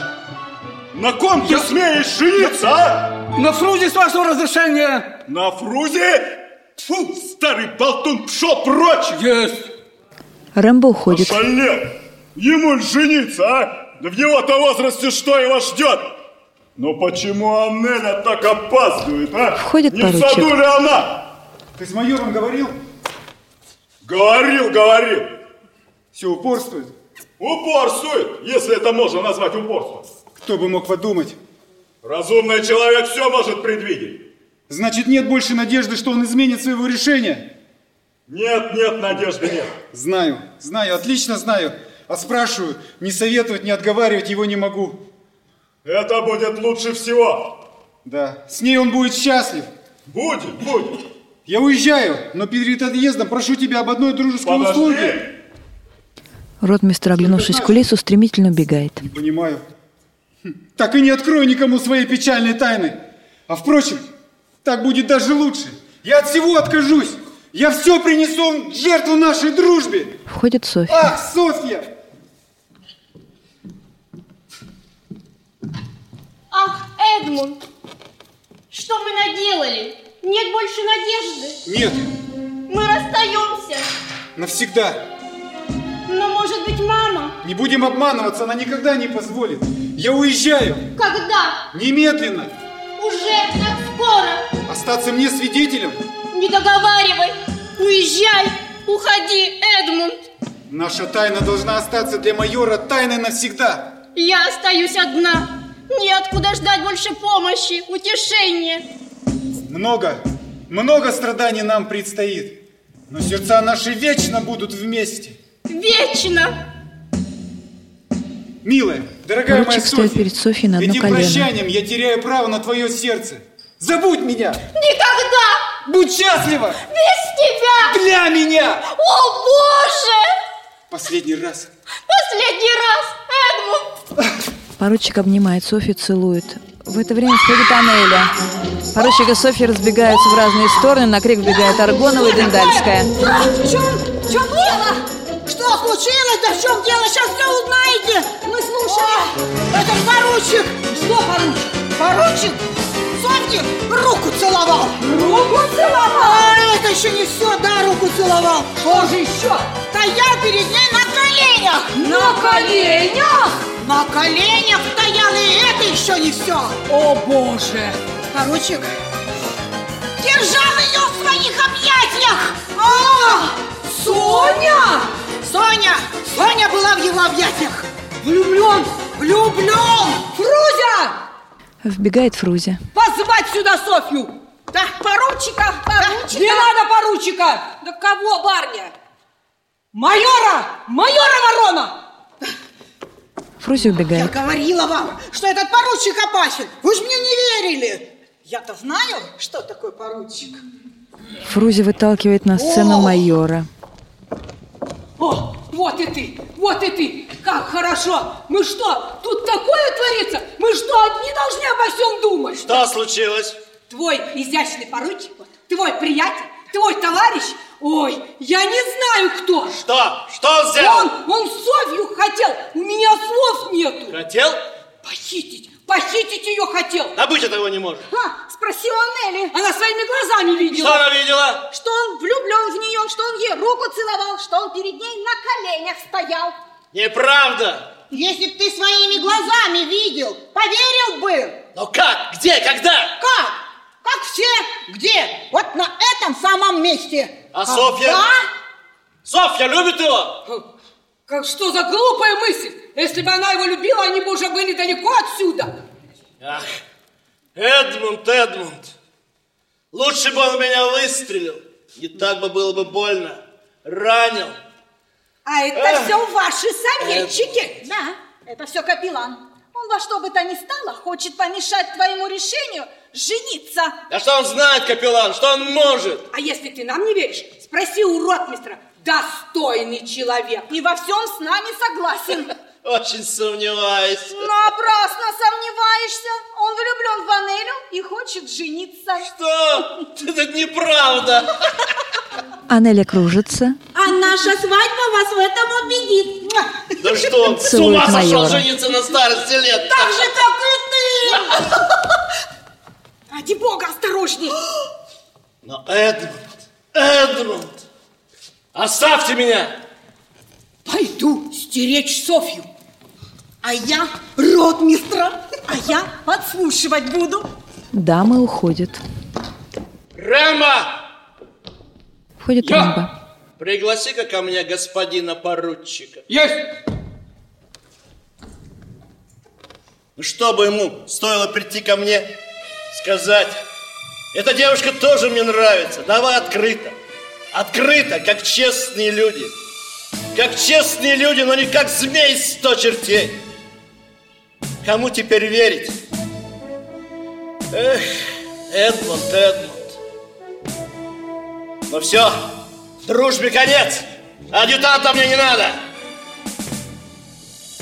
На ком ты Я- смеешь жениться, а? На Фрузе с вашего разрешения! На Фрузе? Фу, старый болтун, пшел прочь! Есть! Рэмбо уходит. Шалет! Ему ль жениться, а? Да в его-то возрасте что его ждет? Но почему Аннеля так опаздывает, а? Входит Не в поручик. саду ли она? Ты с майором говорил? Говорил, говорил. Все упорствует. Упорствует, если это можно назвать упорством. Кто бы мог подумать? Разумный человек все может предвидеть. Значит, нет больше надежды, что он изменит своего решения? Нет, нет, надежды нет. Знаю, знаю, отлично знаю. А спрашиваю, не советовать, не отговаривать его не могу. Это будет лучше всего. Да, с ней он будет счастлив. Будет, будет. Я уезжаю, но перед отъездом прошу тебя об одной дружеской Подожди. услуге. Ротмистр, оглянувшись в кулису, стремительно убегает. Не понимаю. Хм, Так и не открою никому своей печальной тайны. А впрочем, так будет даже лучше. Я от всего откажусь. Я все принесу в жертву нашей дружбе. Входит Софья. Ах, Софья! Ах, Эдмунд, Что мы наделали? Нет больше надежды. Нет, Мы расстаемся. навсегда. Но, может быть, мама? Не будем обманываться, она никогда не позволит. Я уезжаю. Когда? Немедленно. Уже так скоро. Остаться мне свидетелем. Не договаривай. Уезжай. Уходи, Эдмунд. Наша тайна должна остаться для майора тайной навсегда. Я остаюсь одна. Неоткуда ждать больше помощи, утешения. Много, много страданий нам предстоит. Но сердца наши вечно будут вместе. Вечно. Милая, дорогая моя Мальчик стоит Софья, перед Софьей на одно этим колено. прощанием я теряю право на твое сердце. Забудь меня! Никогда. Будь счастлива! Без тебя. Для меня! О, Боже! Последний раз. Э? Последний раз, Эдмунд. Поручик обнимает Софью, целует. В это время входит Анеля. Поручик и Софья разбегаются в разные стороны. На крик вбегает Аргонова и Дендальская. А В чем, в чем дело? Что случилось? Да в чем дело? Сейчас все узнаете. Мы слушаем. это поручик. Что поручик? Поручик Сонькин руку целовал. Руку целовал? А это еще не все. Да, руку целовал. Что же еще? Стоял перед ней на коленях. На коленях? На коленях стоял, и это еще не все. О, боже! Поручик держал ее в своих объятиях. А, Соня! Соня! Соня была в его объятиях. Влюблен! Влюблен! Фрузя! Вбегает Фрузя. Позвать сюда Софью! Да, поручика! Поручика! Не надо поручика! Да кого, барня? Майора! Майора Ворона! Фрузя убегает. Говорила вам, что этот поручик опасен. Вы же мне не верили. Я-то знаю, что такое поручик. Фрузя выталкивает на сцену О! майора. О, вот и ты! Вот и ты! Как хорошо! Мы что, тут такое творится? Мы что, одни должны обо всем думать? Что случилось? Твой изящный поручик, вот, твой приятель, твой товарищ, ой, я не знаю кто. Что? Что он сделал? Он, он Софью хотел, у меня слов нету. Хотел? Похитить, похитить ее хотел. Да быть этого не может. А, спросила Нелли. Она своими глазами видела. Что она видела? Что он влюблен в нее, что он ей руку целовал, что он перед ней на коленях стоял. Неправда. Если б ты своими глазами видел, поверил бы. Но как? Где? Когда? Как? Как все? Где? Вот на этом самом месте. А Софья? Да? Софья любит его? Как что за глупая мысль? Если бы она его любила, они бы уже были далеко отсюда. Ах, Эдмунд, Эдмунд. Лучше бы он меня выстрелил. Не так бы было бы больно. Ранил. А это Эх. все ваши советчики. Да, это все капеллан. Он во что бы то ни стало хочет помешать твоему решению жениться. Да А что он знает, капеллан, что он может? А если ты нам не веришь, спроси у ротмистра. Достойный человек. И во всем с нами согласен. Очень сомневаюсь. Напрасно сомневаешься. Он влюблен в Анелю и хочет жениться. Что? Это неправда. Анеля кружится. А наша свадьба вас в этом убедит. Да что он, с Целует ума сошел майора. жениться на старости лет? Так же, как и ты. Ради бога, осторожней. Но Эдмунд, Эдмунд, оставьте меня. Пойду стеречь Софью. А я ротмистра, а я подслушивать буду. Дамы уходят. Рема, Входит Я- Рэмбо. пригласи-ка ко мне господина поручика. Есть! Что бы Ну, ему стоило прийти ко мне, сказать, эта девушка тоже мне нравится, давай открыто. Открыто, как честные люди. Как честные люди, но не как змей сто чертей. Кому теперь верить? Эх, Эдмонд, Эдмонд. Ну все, дружбе конец. Адъютанта мне не надо.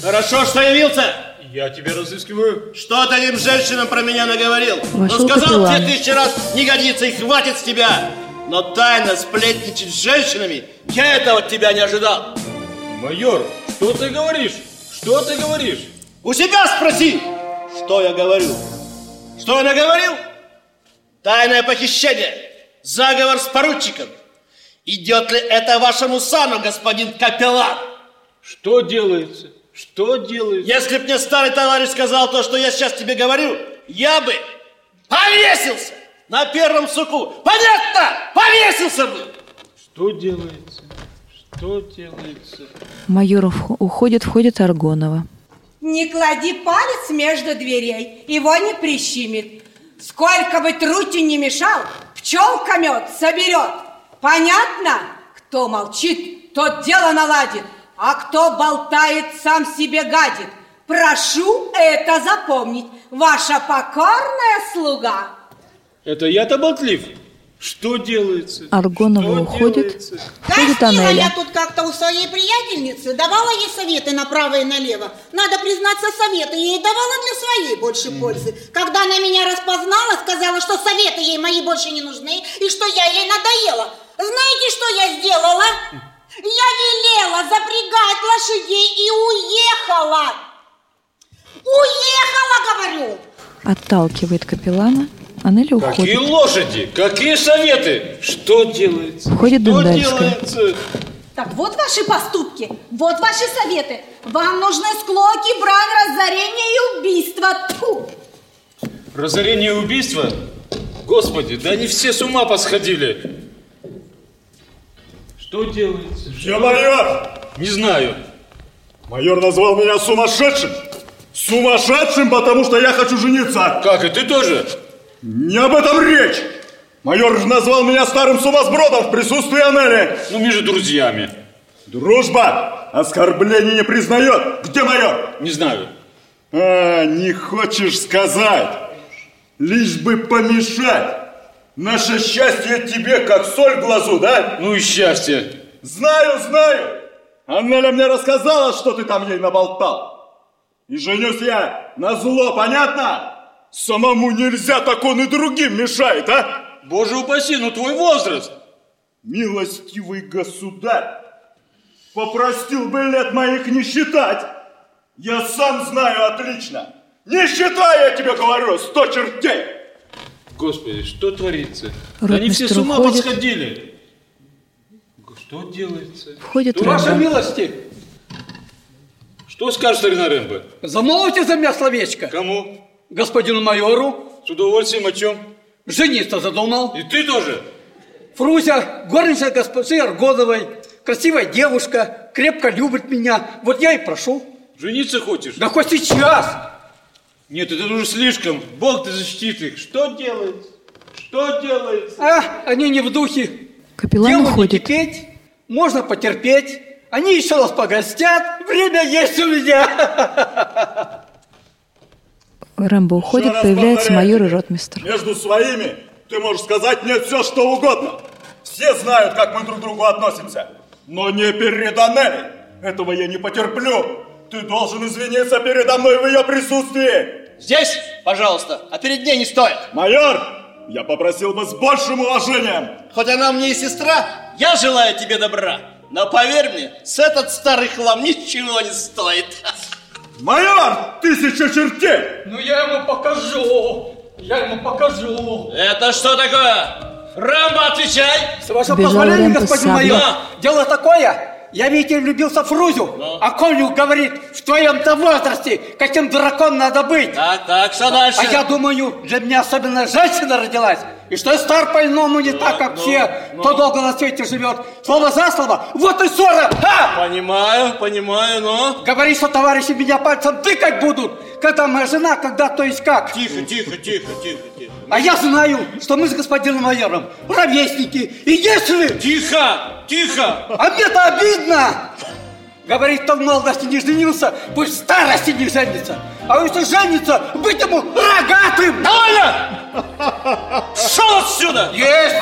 Хорошо, что явился. Я тебя разыскиваю. Что ты этим женщинам про меня наговорил? Вошел Но сказал капеллан. тебе тысячи раз, не годится и хватит с тебя. Но тайно сплетничать с женщинами, я этого от тебя не ожидал. Майор, что ты говоришь? Что ты говоришь? У себя спроси, что я говорю. Что я наговорил? Тайное похищение. Заговор с поручиком. Идет ли это вашему сану, господин капеллан? Что делается? Что делается? Если б мне старый товарищ сказал то, что я сейчас тебе говорю, я бы повесился на первом суку. Понятно? Повесился бы. Что делается? Что делается? Майор ух- уходит, входит Аргонова. Не клади палец между дверей, его не прищемит. Сколько бы трути не мешал, пчелка мед соберет. Понятно? Кто молчит, тот дело наладит, а кто болтает, сам себе гадит. Прошу это запомнить, ваша покорная слуга. Это я-то болтлив. Что делается? Аргонова уходит, входит А я Анеля. тут как-то у своей приятельницы давала ей советы направо и налево. Надо признаться, советы я ей давала для своей больше пользы. Когда она меня распознала, сказала, что советы ей мои больше не нужны и что я ей надоела. Знаете, что я сделала? Я велела запрягать лошадей и уехала. Уехала, говорю. Отталкивает капеллана. Анеля Какие уходит. лошади? Какие советы? Что делается? Входит Что Дундальская. делается? Так вот ваши поступки, вот ваши советы. Вам нужны склоки, брань, разорение и убийство. Тьфу! Разорение и убийство? Господи, да они все с ума посходили. Что делается? Я майор! Не знаю. Майор назвал меня сумасшедшим. Сумасшедшим, потому что я хочу жениться. Как, и ты тоже? Не об этом речь. Майор же назвал меня старым сумасбродом в присутствии Анели. Ну, между друзьями. Дружба оскорбление не признает. Где майор? Не знаю. А, не хочешь сказать. Лишь бы помешать. Наше счастье тебе как соль в глазу, да? Ну и счастье. Знаю, знаю. Аннеля мне рассказала, что ты там ей наболтал. И женюсь я на зло, понятно? Самому нельзя, так он и другим мешает, а? Боже упаси, ну твой возраст. Милостивый государь, попростил бы лет моих не считать. Я сам знаю отлично. Не считай, я тебе говорю, сто чертей. Господи, что творится? Ротмистр Они все с ума уходит. подсходили. Что делается? Входит Ваша Рэмбо. милости, Ну, Что скажешь, старина Рэмбо? замолвите за меня словечко. Кому? Господину майору. С удовольствием о чем? Жениться задумал. И ты тоже? Фруся, горничная госпожи Аргоновой, красивая девушка, крепко любит меня. Вот я и прошу. Жениться хочешь? Да хоть сейчас. Нет, это уже слишком. Бог ты защитит их. Что делается? Что делается? А, они не в духе. Капеллан Делу не уходит. кипеть, можно потерпеть. Они еще раз погостят. Время есть у меня. Рэмбо уходит, раз появляется повторяю майор и ротмистр. Между своими ты можешь сказать мне все, что угодно. Все знают, как мы друг к другу относимся. Но не перед Анелли. Этого я не потерплю. Ты должен извиниться передо мной в ее присутствии. Здесь, пожалуйста, а перед ней не стоит. Майор, я попросил бы с большим уважением. Хоть она мне и сестра, я желаю тебе добра. Но поверь мне, с этот старый хлам ничего не стоит. Майор, тысяча чертей! Ну я ему покажу. Я ему покажу. Это что такое? Рамбо, отвечай! С вашего Бежал позволения, Рэмбо с господин саблей. майор, Да. дело такое. Я, видите, влюбился в Фрузю. А конюх говорит, в твоем-то возрасте каким дураком надо быть. Так, так, что дальше? А я думаю, для меня особенно женщина родилась. И что я стар по-иному не так, ну, как все, кто долго на свете живет. Слово за слово, вот и ссора. Ха! Понимаю, понимаю, но... Говори, что товарищи меня пальцем тыкать будут, когда моя жена, когда то есть как. Тихо, тихо, тихо, тихо, тихо. А я знаю, что мы с господином майором ровесники. И если... Тихо, тихо! А мне-то обидно! Говорит, кто в молодости не женился, пусть в старости не женится. А если женится, быть ему рогатым! Довольно! Шел отсюда! Есть!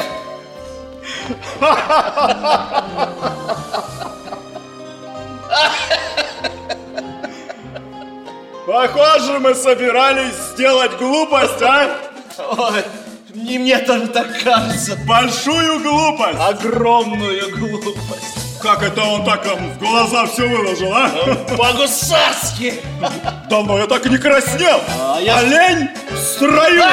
Похоже, мы собирались сделать глупость, а? Ой, не мне тоже так кажется. Большую глупость! Огромную глупость. Как это он так вам в глаза все выложил, а? По-гусарски! А, Давно я так и не краснел. я- Олень в строю!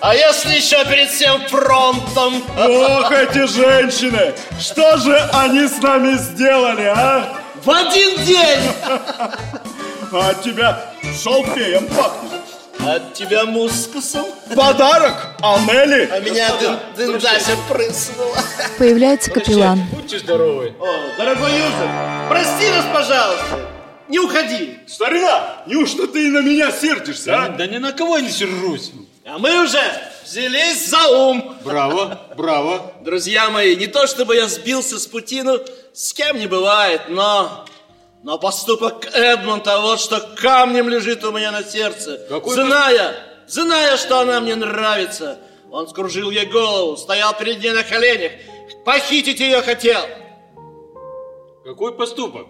А если еще перед всем фронтом? Ох, эти женщины! Что же они с нами сделали, а? В один день! А от тебя шалфеем пахнет. От тебя мускусом? Подарок Анели. А меня дын- дындася прыснула. Появляется капеллан. Будьте здоровы. О, дорогой Юзеф, прости нас, пожалуйста. Не уходи. Старина, неужто ты и на меня сердишься, а? Да ни на кого не сержусь. А мы уже взялись за ум. Браво, браво. Друзья мои, не то чтобы я сбился с пути, ну, с кем не бывает, но... Но поступок Эдмонта вот что камнем лежит у меня на сердце. Какой зная, зная, что она мне нравится. Он скружил ей голову, стоял перед ней на коленях, похитить ее хотел. Какой поступок?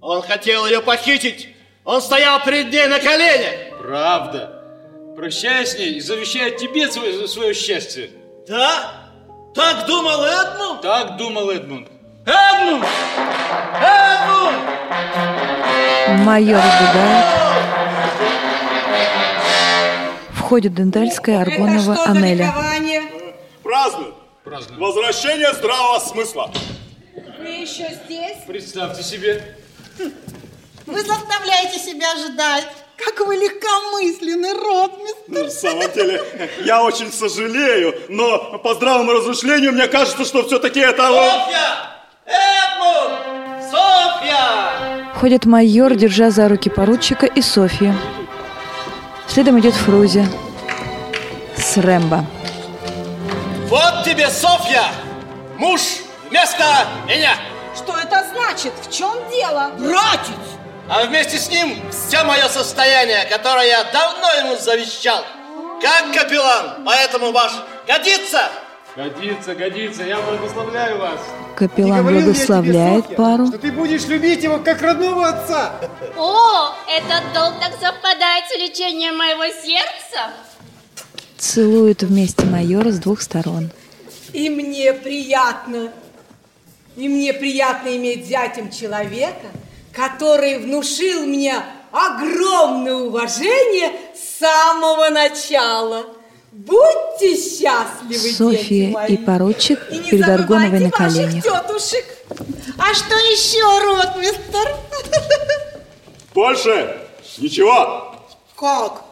Он хотел ее похитить. Он стоял перед ней на коленях. Правда. Прощаясь с ней и завещая тебе свое, свое счастье. Да? Так думал Эдмунд? Так думал Эдмунд. Эдмунд! Эдмунд! Майор убегает. Входит дендальская Это аргонова что за Анеля. ликование? Празднуют. Возвращение здравого смысла. Вы еще здесь? Представьте себе. Вы заставляете себя ждать. Как вы легкомысленный, ротмистр. Ну, в самом деле, я очень сожалею, но по здравому размышлению мне кажется, что все-таки это... он. Софья! Эдмунд! Софья! Входит майор, держа за руки поручика и Софью. Следом идет Фрузи с Рэмбо. Вот тебе, Софья! Муж вместо меня! Что это значит? В чем дело? Братец! А вместе с ним все мое состояние, которое я давно ему завещал. Как капеллан, поэтому ваш годится! Годится, годится. Я благословляю вас. Капеллан говорил я тебе, благословляет Софья, пару. Ты будешь любить его как родного отца. О, этот долг так совпадает с лечением моего сердца. Целуют вместе майора с двух сторон. И мне приятно. И мне приятно иметь зятем человека, который внушил мне огромное уважение с самого начала. Будьте счастливы, дети Софья мои. и поручик И не перед Аргоновой забывайте на ваших коленях. тетушек. А что еще, ротмистер? Больше ничего. Как?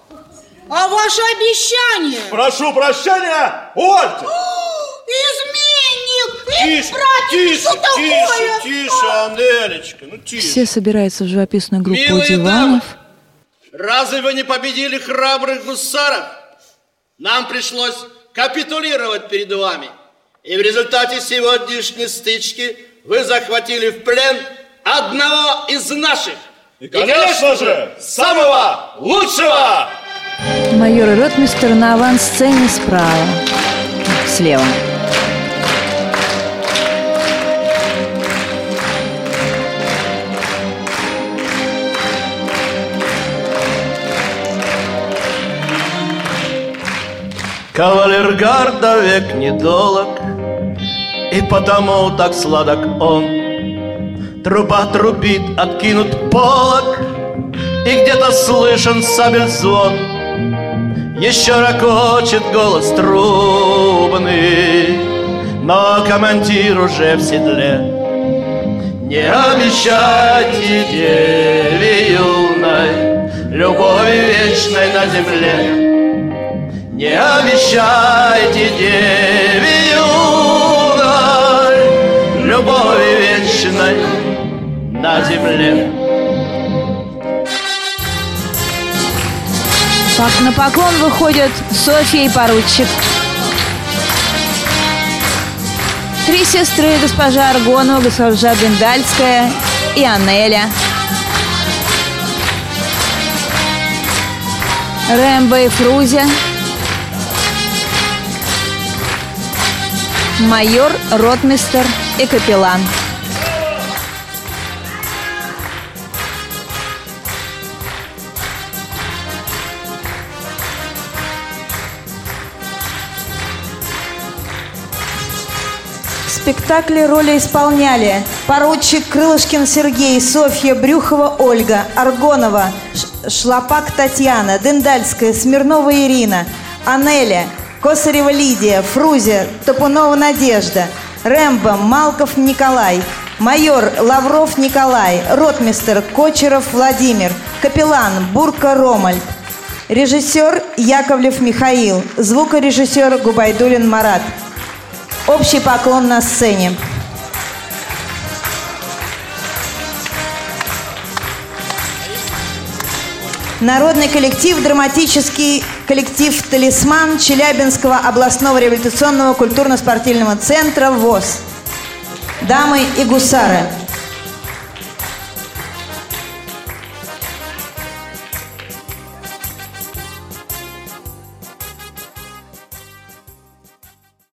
А ваше обещание? Прошу прощения, Уольт! Изменник! Тише, тише, тише, тише, Анелечка, ну тише. Все собираются в живописную группу Милые диванов. Разве вы не победили храбрых гусаров? Нам пришлось капитулировать перед вами. И в результате сегодняшней стычки вы захватили в плен одного из наших. И, конечно же, самого лучшего! Майор и ротмистер на авансцене справа. Слева. Кавалергарда век недолог, И потому так сладок он. Труба трубит, откинут полог, И где-то слышен сабель звон. Еще ракочет голос трубный, Но командир уже в седле. Не обещайте деве юной Любови вечной на земле. Не обещайте деве юной Любови вечной на земле Пак- на поклон выходят Софья и поручик. Три сестры, госпожа Аргонова, госпожа Бендальская и Анеля. Рэмбо и Фрузя. Майор, ротмистер и капеллан. В спектакле роли исполняли поручик Крылышкин Сергей, Софья Брюхова Ольга, Аргонова, Ш- Шлопак Татьяна, Дендальская, Смирнова Ирина, Анеля, Косарева Лидия, Фрузия, Топунова Надежда, Рэмбо, Малков Николай, майор Лавров Николай, ротмистер Кочеров Владимир, капеллан Бурка Ромаль, режиссер Яковлев Михаил, звукорежиссер Губайдулин Марат. Общий поклон на сцене. Народный коллектив, драматический коллектив «Талисман» Челябинского областного революционного культурно-спортивного центра ВОЗ. Дамы и гусары.